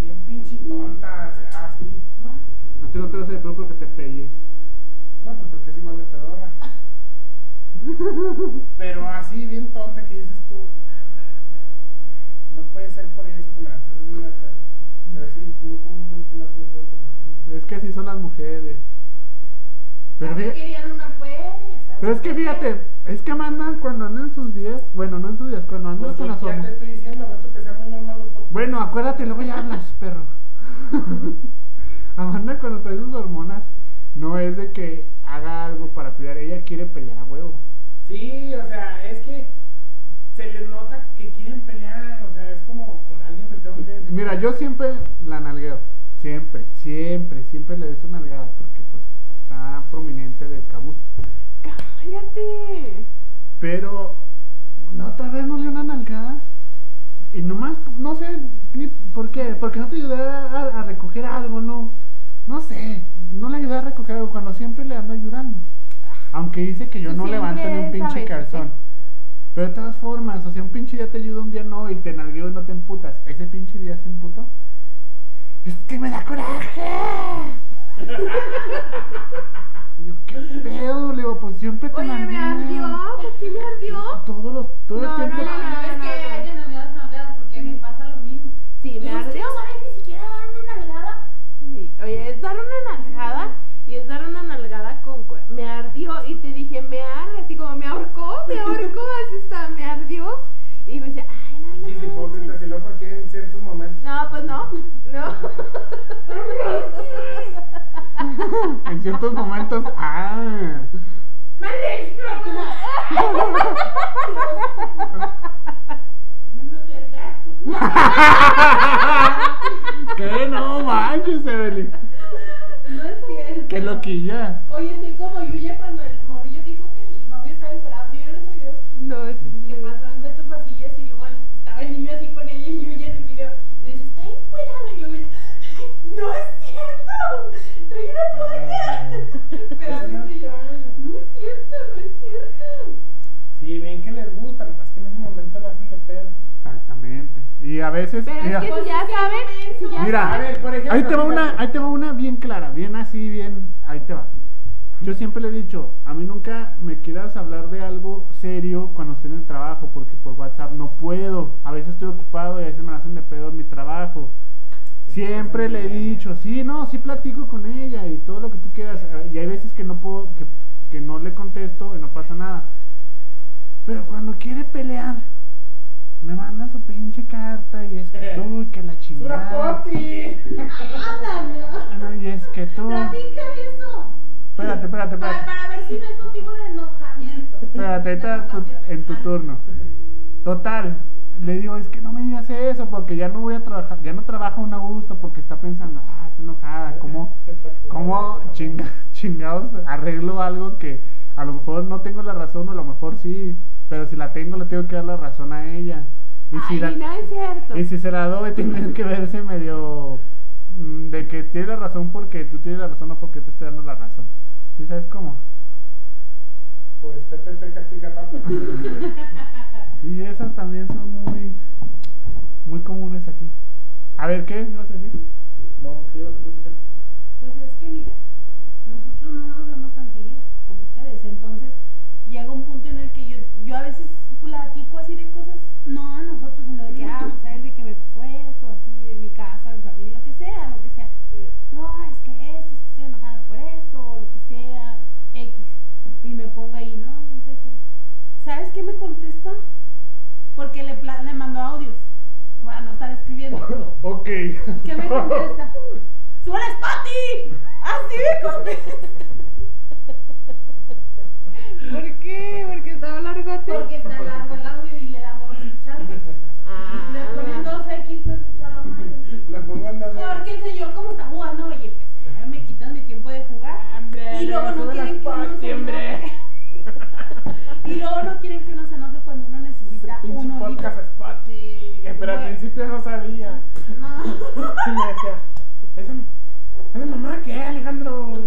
bien pinche tonta, o sea, así.
A ti no te lo hace de pedo porque te pelles.
No, pues porque es igual de pedorra. Pero así, bien tonta, que dices tú, "Mamá, no puede ser por eso que me la haces de pedo. Pero sí, muy comúnmente la haces de pedo por la-
Es que así son las mujeres. Pero,
Así
fí-
querían una pues.
pero es que fíjate, es que Amanda cuando anda en sus días, bueno, no en sus días, cuando anda
Pues
con
yo
las
ya te
hormonas.
estoy diciendo, al rato que sea muy pues. normal los podcasts.
Bueno, acuérdate, luego ya hablas, perro. Amanda cuando trae sus hormonas, no es de que haga algo para pelear, ella quiere pelear a huevo.
Sí, o sea, es que se les nota que quieren pelear, o sea, es como con alguien me tengo que...
Mira, yo siempre la nalgueo. Siempre, siempre, siempre le doy su nalgada porque pues está prominente del cabuz.
Cállate.
Pero la otra vez no le di una nalgada y nomás, no sé ni por qué, porque no te ayudé a, a recoger algo, no, no sé, no le ayudé a recoger algo cuando siempre le ando ayudando. Aunque dice que yo
Tú
no
siempre
levanto ni un
eres
pinche
sabes,
calzón.
¿eh?
Pero de todas formas, o sea, un pinche día te ayuda, un día no, y te nalgueo y no te emputas. Ese pinche día se emputó. Es que me da coraje. Y yo, ¿qué pedo? Le digo, pues siempre te
Oye, me
nalgueo".
ardió. ¿Por qué me ardió?
Todos los, todo
No,
el
no,
tiempo.
No, no, no, es que hay que nalgadas, nalgadas, porque me pasa lo mismo.
Sí, me
Digo, ¿ustedes
ardió.
no saben ni siquiera dar una nalgada?
Sí, Oye, es dar una nalgada y es dar una nalgada con cora- Me ardió y te dije, me arde, así como me ahorcó, me ahorcó, así está, me ardió. Y me dice, ay, no, no.
Pinches hipócritas, y luego porque en ciertos momentos...
No, pues no, no.
En ciertos momentos, ah. ¿Qué? No manches, Evelyn.
No es cierto.
Qué loquilla.
Oye, estoy como Yuya cuando el morrillo dijo que el mami estaba encuerado. ¿Sí vieron ese video?
No, es-
Que pasó en Beto Pasillas y luego el- estaba el niño así con ella y Yuya en el video. Y le dice, está encuerado. Y luego ella, "Ay, no es cierto. Trae una toalla. Pero así estoy yo. No es cierto, no es cierto.
Sí, bien que les gusta, nomás que en ese momento lo hacen de pedo.
Exactamente. Y a veces.
Pero
mira,
es
Pues
que si ya saben, si ya
Mira.
A
saben.
ver, por ejemplo...
ahí te va una, ahí te va una bien clara, bien así, bien. Ahí te va. Yo siempre le he dicho, a mí nunca me quieras hablar de algo serio cuando estoy en el trabajo, porque por WhatsApp no puedo. A veces estoy ocupado y a veces me la hacen de pedo en mi trabajo.
pues,
Siempre le he dicho, sí, no, sí platico con ella y todo lo que tú quieras. eh, Y hay veces que no puedo, que, que no le contesto y no pasa nada. Pero cuando quiere pelear, me manda su pinche carta y es que tú, que la
¡Es una
chingada.
poti!
Ándale.
No, y es que tú.
Platica eso.
Espérate, espérate,
Para,
espérate.
para ver si no es motivo de enojamiento.
Espérate,
De
ahorita tu-
enojación.
en tu
Ah.
turno. Total, le digo, es que no me digas eso porque ya no voy a trabajar, ya no trabajo un a gusto porque está pensando, ah, está enojada, ¿cómo, cómo chinga- chingados arreglo algo que a lo mejor no tengo la razón o a lo mejor sí, pero si la tengo le tengo que dar la razón a ella. Y si,
Ay,
la-
no es cierto.
y si se la doy, tienen que verse medio mm, de que tiene la razón porque tú tienes la razón, no porque te estoy dando la razón. ¿Sí sabes cómo?
Pues Pepe Peca pica papa.
Y esas también son muy, muy comunes aquí. A ver, ¿qué? ¿Me ibas a decir?
No, ¿qué ibas a platicar?
Pues es que mira, nosotros no nos vemos tan seguido como ustedes, entonces llega un punto en el que yo, yo a veces platico así de cosas, no a nosotros, sino de que, ah, pues sabes de que me pasó esto, así de mi casa, mi familia, lo que sea, lo que sea.
Eh,
No, es que esto, es que estoy enojada por esto, o lo que sea, X. Y me pongo ahí, ¿no? Quién sabe qué. ¿Sabes qué me contesta? Porque le, pla- le mando audios. Para no estar escribiendo.
Ok.
¿Qué me contesta? ¡Súbele Spati! Así me contesta.
¿Por qué? Porque estaba largote.
Porque está largo el audio y le da huevo escucharlo. Le ponen
Ah,
dos X para escucharlo a Mario.
La pongo andando.
Porque el señor, como está jugando, oye, pues ya me quitan mi tiempo de jugar.
hombre,
Y luego no
sube la
quieren que uno
Spati,
se enoje. Y luego no quieren que uno se enoje cuando uno
Este
necesita
pinche
un oído.
podcast es para ti. Eh, Pero al
Bueno.
principio no sabía.
No.
Y me decía, ¿esa, esa mamá qué, Alejandro?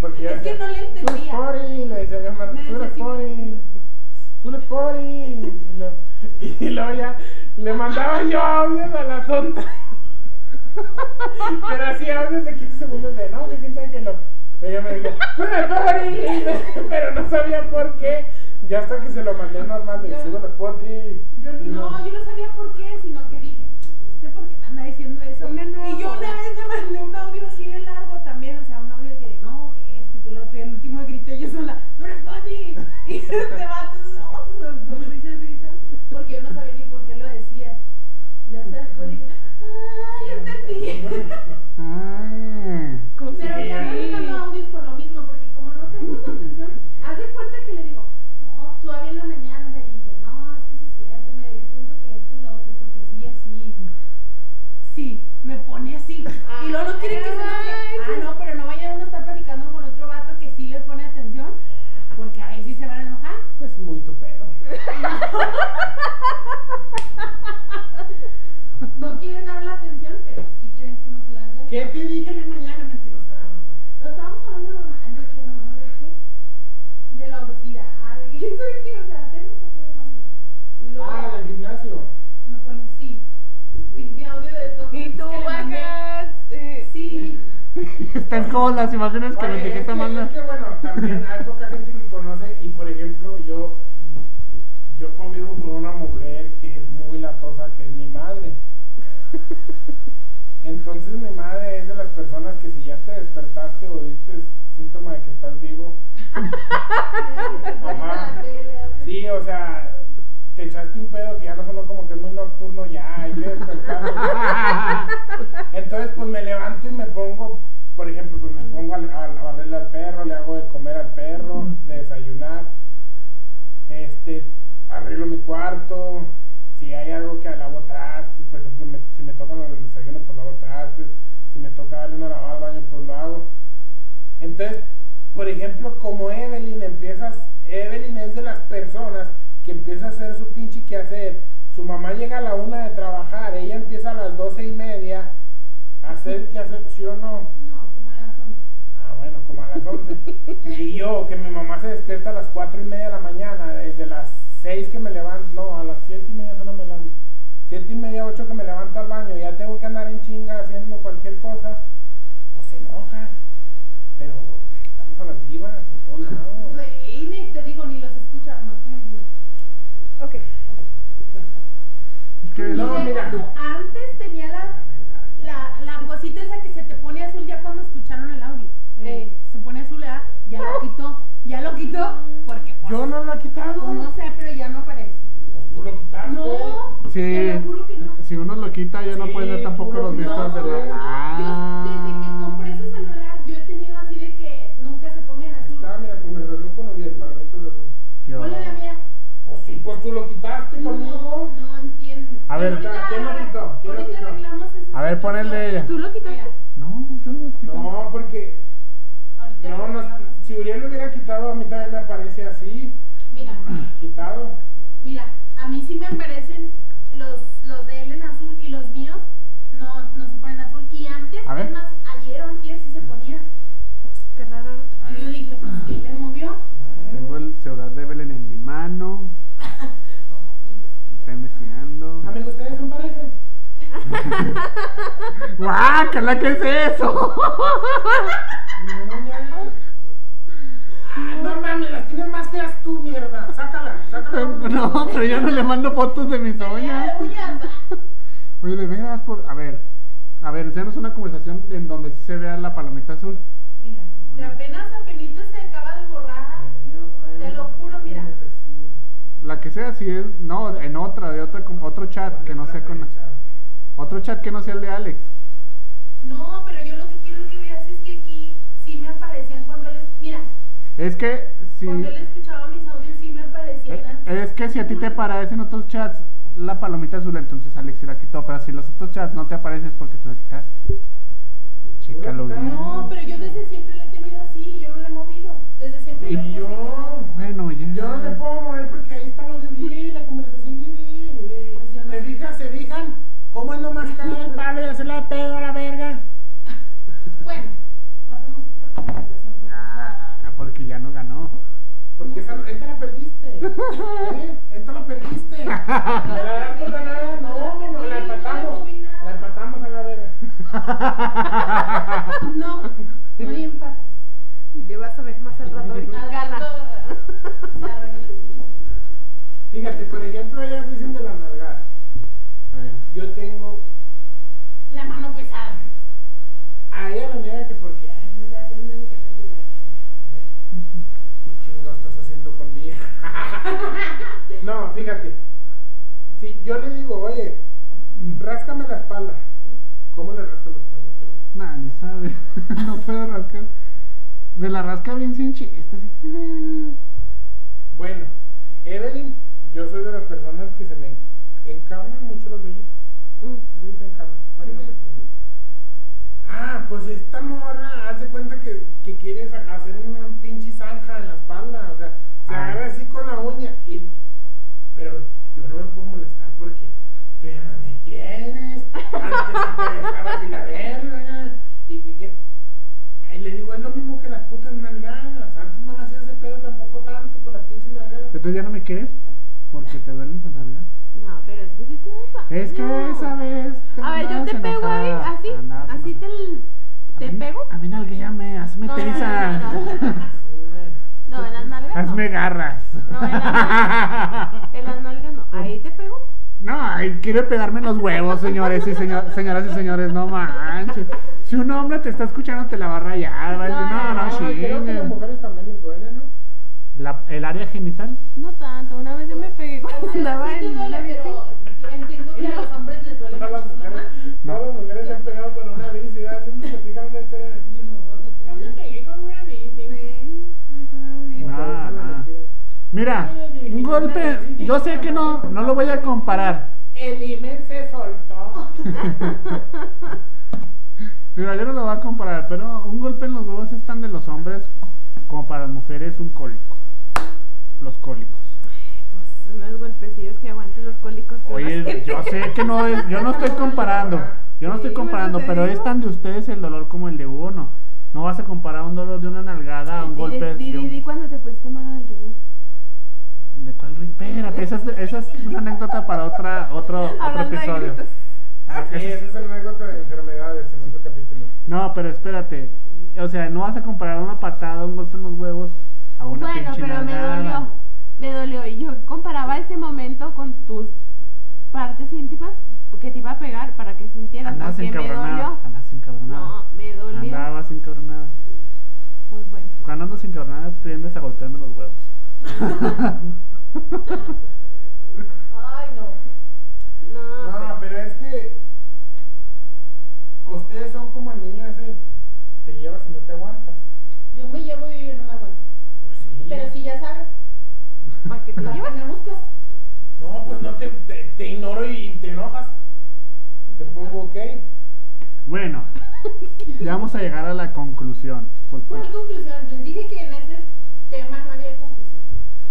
Porque yo
Es que
decía,
no le
"Sube
entendía".
story", le decía yo, hermano,
Me
sube
decía,
story, sube story". Y lo- Y luego ya le mandaba yo audios a la tonta. Pero así audios de 15 segundos de no, que quién sabe que lo. Y ella me dijo, sube story", Pero no sabía por qué. Ya hasta que se lo mandé normal, de
Yo-
sube story".
Yo,
Y
no, yo no sabía por qué, sino que dije, ¿usted por qué me anda diciendo eso?
Una nueva
y yo una
moda.
vez le mandé un audio así de largo también, o sea, un audio que no, que esto y que lo otro, y el último grité yo sola, ¡No eres funny! Y este vato, no, sonrisa, risa, porque yo no sabía ni por qué lo decía. Ya hasta después dije, ¡ah, ya entendí!
Ah.
Pero ya no le mando audios por lo mismo, porque como no tengo su atención, haz de cuenta que le digo, no, todavía en la mañana le dije, no, es que sí es cierto, mira, yo pienso que esto y lo otro, porque sí, así. Sí, me pone así. y luego no quiere que se enoje. Ah, no, pero no vaya uno a estar platicando con otro vato que sí le pone atención, porque ahí sí se van a enojar.
Pues muy tu pedo.
No quieren dar la atención, pero sí quieren que uno se las dé.
¿Qué te dije en la mañana, mentirosa?
Lo estábamos hablando normal, de que no, de qué, de la obesidad, de que, de que, o sea, temas así, bueno. Y luego
Ah, del gimnasio.
me pone sí, pinche audio de todo.
Y tú bajas. eh,
Sí,
Están como las imágenes que me
Oye, es,
etiqueta
que, es
manda.
que bueno, también hay poca gente que conoce y por ejemplo yo, yo convivo con una mujer que es muy latosa, que es mi madre. Entonces mi madre es de las personas que si ya te despertaste o diste síntoma de que estás vivo, Ajá.
la tele, a ver.
sí, o sea, te echaste un pedo que ya no sonó como que es muy nocturno, ya hay que despertar. Entonces, pues me levanto y me pongo, por ejemplo, pues me pongo a, a- a barrerle al perro, le hago de comer al perro, de desayunar, este, arreglo mi cuarto, si hay algo que lavo trastes, por ejemplo, me- si me tocan los desayunos, pues lavo trastes, si me toca darle una lavada al baño, pues lo hago. Entonces, por ejemplo, como Evelyn empiezas, Evelyn es de las personas que empieza a hacer su pinche quehacer. Su mamá llega a la una de trabajar, ella empieza a las doce y media a hacer el quehacer, ¿sí o no?
No, como a las once.
Ah, bueno, como a las once. y yo, que mi mamá se despierta a las cuatro y media de la mañana, desde las seis que me levanto, no, a las siete y media no me levanto. Siete y media, ocho que me levanto al baño, ya tengo que andar en chinga haciendo cualquier cosa, pues se enoja. Pero estamos a las vivas, en todos lados.
Sí, y ni te digo, ni los escucha, más como diciendo.
Ok.
Es que
No,
Y deja
mira.
tú, Antes tenía la, la, la cosita esa que se te pone azul ya cuando escucharon el audio. Eh, se pone azul, ¿verdad? ya lo quitó, ya lo quitó, porque pues,
Yo no lo he quitado.
pues, no sé, pero ya no aparece.
Pues tú lo quitaste.
No,
Sí.
te lo juro que no.
Si uno lo quita, ya no
Sí,
puede ver tampoco
puro
los vistas de
blanco.
la. Ah.
No, yo desde que compré ese celular, yo he tenido así de que nunca se ponga en azul.
Estaba mira, conversación con Uriel, para mí todo eso.
Qué
Ponle la
horror.
mía.
Pues sí, pues tú lo quitaste
No,
conmigo.
no entiendes.
A ver.
Ahorita-
¿Quién lo quitó? ¿Quién lo
ahorita
quitó?
arreglamos esa
A ver, pon el de ella.
¿Tú lo
situación.
quitaste?
Mira,
No, yo no lo quito.
No, porque.
ahorita
No, no,
arreglamos.
si Uriel lo hubiera quitado, a mí también me aparece así,
Mira.
quitado.
Mira, a mí sí me aparecen los, los de él en azul y los míos no, no se ponen azul. Y an- pues, le movió.
Tengo el celular de Belén en mi mano. Está investigando.
Amigo, ¿ustedes son pareja?
¡Guácala! ¿Qué es eso?
No, ya. Ah, No mames, las tienes más feas tú, mierda. Sácala, sácala.
No, pero yo no le mando fotos de mis
Pelea
uñas.
de uñas, va.
Oye, de veras, por... a ver, a ver, seamos una conversación en donde sí se vea la palomita azul.
Mira, de apenas apenita se acaba de borrar. Te lo juro, mira.
La que sea, si es, no, en otra, de otra, con otro chat, que no sea con, otro chat que no sea el de Alex.
No, pero yo lo que quiero que veas es que aquí sí me aparecían cuando les. Mira,
Es que si,
cuando le escuchaba mis audios sí me aparecían.
eh,
las-
es que si a ti te aparece en otros chats la palomita azul, entonces Alex sí la quitó, pero si los otros chats no te apareces porque tú la quitaste. Chécalo bien.
No, pues, pero yo desde siempre la he tenido así y yo no la he movido. Desde siempre.
Y
la he
Y yo,
movido.
Bueno, ya.
yo no me puedo mover porque ahí está lo de Uri, la conversación de Uri.
Pues yo no
¿Te
sé.
fijas? ¿Se fijan? ¿Cómo ando más cara el palo y hacerle de pedo a la verga?
Bueno, pasamos a otra conversación. porque
Ah, porque ya no ganó.
Porque esa, esta la perdiste. ¿Eh? Esta la perdiste. Me
Ah.
la das por ganada. No, no, la empatamos. La empatamos a la verga.
está- No, no hay empate.
Le vas a ver más al rato ahorita.
Al
Gana.
rato Se arregla.
Fíjate, por ejemplo, ellas dicen de la nalgada.
Eh,
Yo tengo
La mano pesada.
a ella la niega que porque, ay, me da la nalgada y la verga. Bueno, ¿qué chingados estás haciendo conmigo? no, fíjate. Si yo le digo, oye, ráscame la espalda. ¿Cómo le rasco la espalda?
nah, ni sabe. no puedo rascar. Me la rasca bien sin chiste. así.
Bueno, Evelyn, yo soy de las personas que se me encarnan mucho los vellitos. Sí, se encarnan. Bueno, no sé. Ah, pues esta morra hace cuenta que, que quieres a- hacer una pinche zanja en la espalda. O sea, se
Ah.
agarra así con la uña. Y, pero yo no me puedo molestar porque tú ya no me quieres. Antes sí te dejaba así la verga. Y que, que- Ay, le digo, es lo mismo que las putas nalgadas. Antes no las hacías de pedo tampoco tanto por las pinches nalgadas.
Entonces ya no me quieres porque te duelen con nalga.
No, pero es que si te da pa-
Es que
no.
esa vez te
A ver, yo
andabas
te pego ahí,
enojada.
así,
Andabas
así te,
enojada.
te
A mí-
pego.
A mí nalguéame, hazme
No, no, no,
tesa.
no, No, en las nalgas no.
Hazme garras.
No, en las nalgas. En las nalgas no. Ahí te pego.
No, ay, quiere pegarme en los huevos, señores y señor, señoras y señores, no manches. Si un hombre te está escuchando, te la va a rayar. va a decir,
No,
no, no,
Ah, creo que las
chingue".
mujeres también les duele, ¿no?
La- El área genital.
No tanto. Una vez yo me pegué cuando
O sea,
andaba
sí te
en
duele,
la bici.
pero entiendo que a los hombres les duele
Todas las
mucho la
mujeres,
mano.
todas las mujeres se han pegado con una bici, ya siempre platican una historia de este-
Yo no,
"Yo me pegué con una bici.
Sí, me pegó bien.
Wow. Ah, ah. Mira, un golpe. Yo sé que no, no lo voy a comparar.
El
E
imen se soltó.
Mira, yo no lo voy a comparar, pero un golpe en los huevos es tan de los hombres como para las mujeres un cólico. Los cólicos.
Pues unos golpecillos que aguanten los cólicos. pero no
Oye,
sé.
yo sé que no es, yo no estoy comparando, yo no estoy
Sí, bueno,
comparando,
te
pero es
digo.
tan de ustedes el dolor como el de uno. No vas a comparar un dolor de una nalgada a Ah, un
Di-
golpe
Di,
de
di,
un-
di cuando te pusiste mano del riñón.
¿De cuál ring? Espérate, esa es, esa es una anécdota para otra, otro, otro
Hablando de
episodio.
gritos.
Sí, esa es la anécdota de enfermedades en otro capítulo.
No, pero espérate, o sea, no vas a comparar una patada, un golpe en los huevos a una
Bueno,
pinche
pero
nalgada.
me dolió. Me dolió. Y yo comparaba ese momento con tus partes íntimas que te iba a pegar para que sintieras.
Andabas
porque me
encabronada,
dolió.
andabas encabronada.
No, me dolió.
Andabas encabronada.
Pues bueno.
Cuando andas encabronada tiendes a golpearme los huevos.
Ay, no.
No,
No,
pero-
pero es que ustedes son como el niño ese, te llevas y no te aguantas.
Yo me llevo y yo no me aguanto.
Pues sí.
Pero si ya sabes,
¿Para qué te
¿para qué
llevas?
me buscas?
No, pues no te, te, te ignoro y te enojas. Te pongo ok.
Bueno, ya vamos a llegar a la conclusión. Porque...
¿Cuál conclusión? Les dije que en ese tema no había conclusión.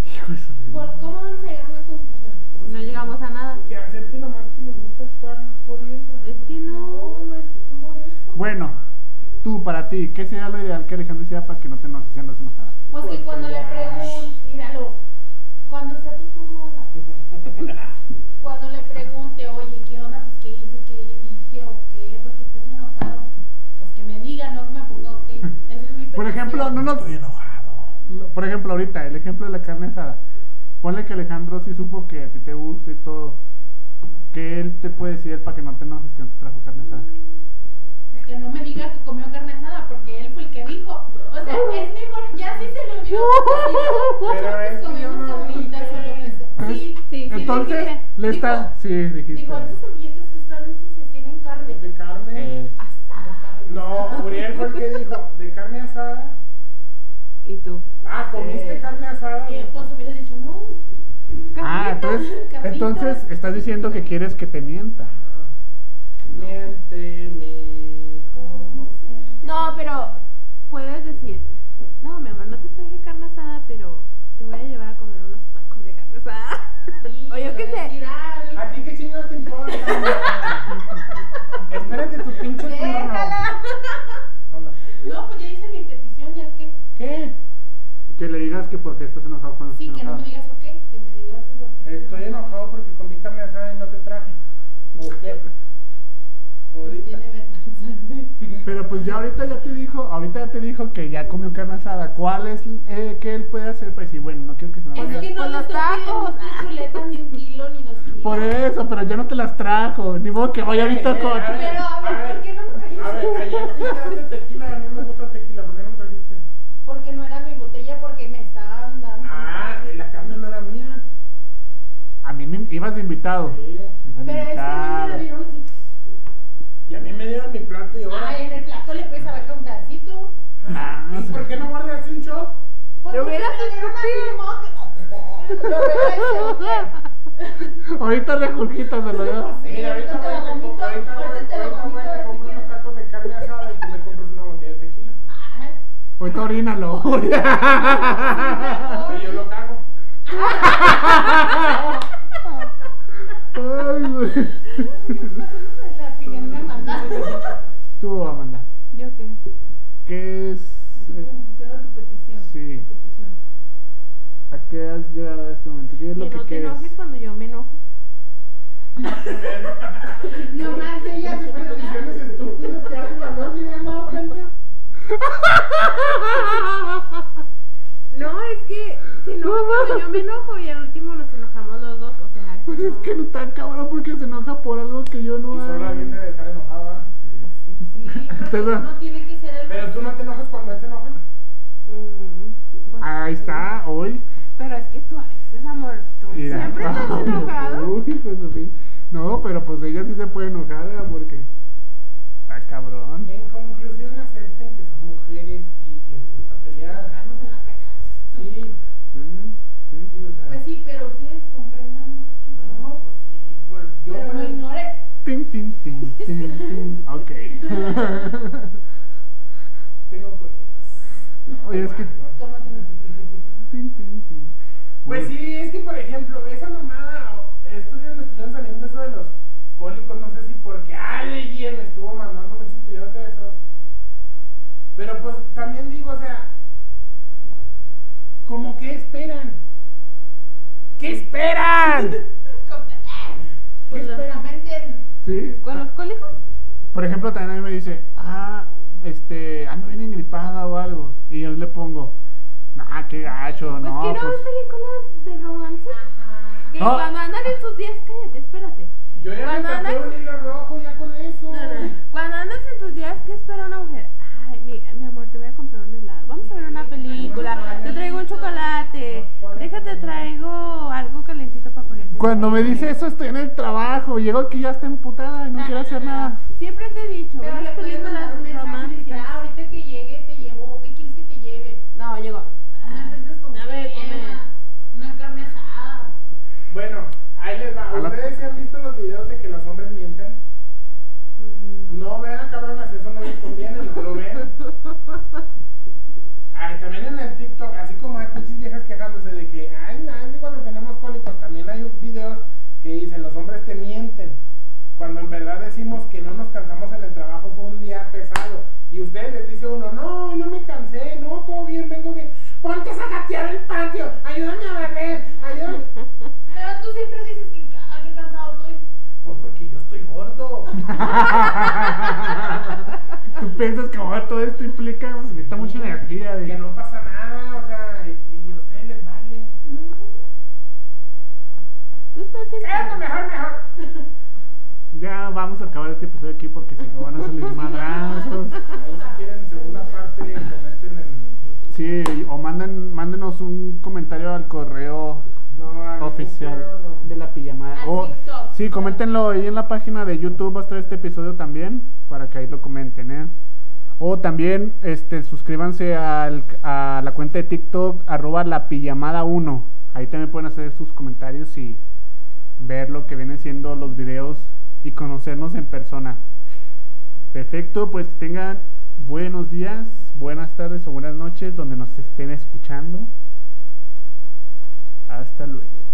Hijo de su-
¿Por ¿Cómo vamos a llegar a una conclusión?
No llegamos a nada.
Que acepten nomás que les gusta estar jodiendo.
Es que
No,
no.
no es por eso.
Bueno, tú, para ti, ¿qué sería lo ideal que Alejandro hiciera para que no te enojes si andas enojada?
Pues que
Pues,
Pues, Pues,
Por ejemplo, ahorita, el ejemplo de la carne asada. Ponle que Alejandro sí supo que a ti te gusta y todo. ¿Qué él te puede decir para que no te enojes que no te trajo carne asada?
Pues, Que no me diga que comió carne asada porque él fue el que dijo. O sea, es mejor, ya sí se le olvidó.
Pero es que
Pues,
yo
comemos
no
carnitas o lo que sea.
¿Ves?
Sí, sí, sí. le
Entonces,
dije.
le está.
Dijo-
Sí, dijiste.
Dijo, esas servilletas que están sucias tienen carne.
¿De carne?
Eh,
No, Uriel fue el que dijo, ¿de carne asada?
¿Y tú?
Ah, ¿comiste
Eh.
carne asada?
Eh, Pues hubieras dicho, no.
ah, entonces,
carnitas.
entonces estás diciendo que quieres que te mienta.
Miénteme.
¿cómo se-
No, pero puedes decir, no, mi amor, no te traje carne asada, pero te voy a llevar a comer unos tacos de carne asada.
Sí,
o yo qué sé.
decir algo.
¿A ti qué chingados te importa? Espérate tu pinche turno.
Déjala.
Hola.
No, pues ya hice mi petición, ya que.
¿Qué?
Que le digas que porque estás enojado con
Sí, que no me digas ok, que me digas lo que.
Estoy enojado porque comí carne asada y no te traje. ¿O qué?
No
Ahorita.
tiene vergüenza.
Pero pues ya ahorita ya te dijo, ahorita ya te dijo que ya comió carne asada. ¿Cuál es eh, que él puede hacer para decir, bueno, no quiero que se me vaya?
Es que no
Con
le
los
estoy pidiendo
tacos.
ni chuletas ni un kilo ni dos kilos.
Por eso, pero ya no te las trajo. Ni modo que vaya ahorita
Eh, eh,
con
a ver,
Pero, a ver, ¿por qué no me trajiste?
A ver, ayer pintaste tequila, a mí me gusta el tequila, ¿por qué no me trajiste?
Porque no era mi botella, porque me estaban dando.
Ah, eh, la carne no era mía.
A mí me ibas de invitado.
Sí.
Ibas de
Pero es que no me
invitado.
la dieron así.
Y a mí me dieron mi plato y ahora.
Ay, en el plato le puedes arrancar un pedacito.
Nah.
¿Y por qué no guardaste un shot?
Pues porque
Lo hubieras
me la dieron así de modo que- Lo hubiera hecho, ¿qué?
Ahorita regurgitas se lo digo.
Sí,
Mira, ahorita
ahorita te la
voy,
vomito,
ahorita voy,
ahorita te la
ahorita voy,
vomito,
te
a ver si
compro unos
quieres.
tacos de carne asada y tú me compras una botella de tequila.
Ay,
Ahorita orínalo.
Ah,
Y yo lo cago.
Ay, güey.
pasamos a la opinión de Amanda.
Tú, Amanda.
¿Yo qué?
¿Qué es? eh,
Cierra tu petición.
Sí.
Tu petición.
¿A qué has llegado a este momento? ¿Qué es lo
que
que
no te
quieres?
enojes cuando yo me enojo.
Nomás ella se
Esas
fue a hablar.
peticiones estúpidas que hacen las dos y me han dado cuenta.
No, es que si no, cuando yo me enojo y al último nos enojamos los dos. O sea, eso
Pues Es
no-
que no tan cabrón porque se enoja por algo que yo no
Y solo alguien debe estar enojada.
Sí, porque
Entonces-
no tiene que ser el
Pero tú no te enojas cuando él se enoja.
Mm, pues
Ahí
sí.
está, hoy.
Pero es que tú a veces, amor, tú
Mira.
siempre estás enojado.
Uy, hijo de su fin. no, pero pues ella sí se puede enojar ¿verdad? porque está cabrón.
En conclusión, acepten que son mujeres y les gusta pelear.
Vamos en la calle.
Sí,
Sí, sí.
sí, o sea.
Pues sí, pero ustedes comprendan.
No, pues sí. Pues yo
Pero no
fuera-
ignores.
Tin, tin, tin, tin, tin. Ok.
tengo problemas.
Oye, es que-
Tómate una petición.
Tin, tin, tin.
Pues sí, es que por ejemplo, esa mamada, o- estos días me estuvieron saliendo eso de los cólicos, no sé si porque alguien me estuvo mandando muchos videos de esos. Pero pues también digo, o sea, como que esperan? ¿Qué esperan?
Pues los-
Completamente.
Sí.
¿Con los cólicos?
Por ejemplo, también a mí me dice, ah, este, ando bien engripada o algo. Y yo le pongo, nah, qué gacho,
Pues
no.
quiero ver
pues,
películas de romance.
Ajá.
Que
No.
cuando andan en sus días, cállate, espérate.
Yo ya
Cuando
me
andan-
tapé un hilo rojo ya con eso.
No, no. Cuando andas en tus días, ¿qué espera una mujer? Ay, mi, mi amor, te voy a comprar un helado. Vamos a ver una película. Te traigo un chocolate. Déjate, traigo algo calentito para ponerte.
Cuando me dice eso, estoy en el trabajo. Llego aquí, ya está emputada y no
No,
quiero
no,
hacer
no, no.
nada.
Siempre te he dicho,
Pero le
las
puedes
películas
mandar un mensaje y decir,
románticas.
ah, ahorita que llegue te llevo. ¿Qué quieres que te lleve?
No, llegó.
Unas veces con
A ver, comer.
crema, una carne asada.
Bueno, ahí les va.
A la-
¿Ustedes se han visto los videos de que los hombres mienten?
Mm.
No vean, cabronas, eso no les conviene, no lo ven. Ay, también en el TikTok, así como hay pinches viejas quejándose de que, ay, no, es que cuando tenemos cólicos, también hay un- videos que dicen, los hombres te mienten. Cuando en verdad decimos que no nos cansamos en el trabajo, fue un día pesado. Y ustedes les dice uno, no, no me cansé, no, todo bien, vengo bien. Ponte a zacatear el patio, ayúdame a barrer, ayúdame.
Pero tú siempre dices que, ah, qué cansado estoy.
Pues porque yo estoy gordo.
Tú piensas que ahora todo esto implica, pues, necesita mucha energía. de-
que no pasa nada, o sea, y,
es esta?
Cállate, mejor, mejor.
Ya vamos a acabar este episodio aquí porque si no van a salir madrazos.
Ahí si quieren segunda parte, comenten en YouTube.
Sí, o manden, mándenos un comentario al correo
No, a ningún correo,
oficial
no.
de la pijamada.
Al
O,
TikTok.
sí, coméntenlo ahí en la página de YouTube. Va a estar este episodio también para que ahí lo comenten, ¿eh? O también este, suscríbanse al- a la cuenta de TikTok, arroba la pijamada 1. Ahí también pueden hacer sus comentarios y ver lo que vienen siendo los videos y conocernos en persona. Perfecto, pues que tengan buenos días, buenas tardes o buenas noches donde nos estén escuchando. Hasta luego.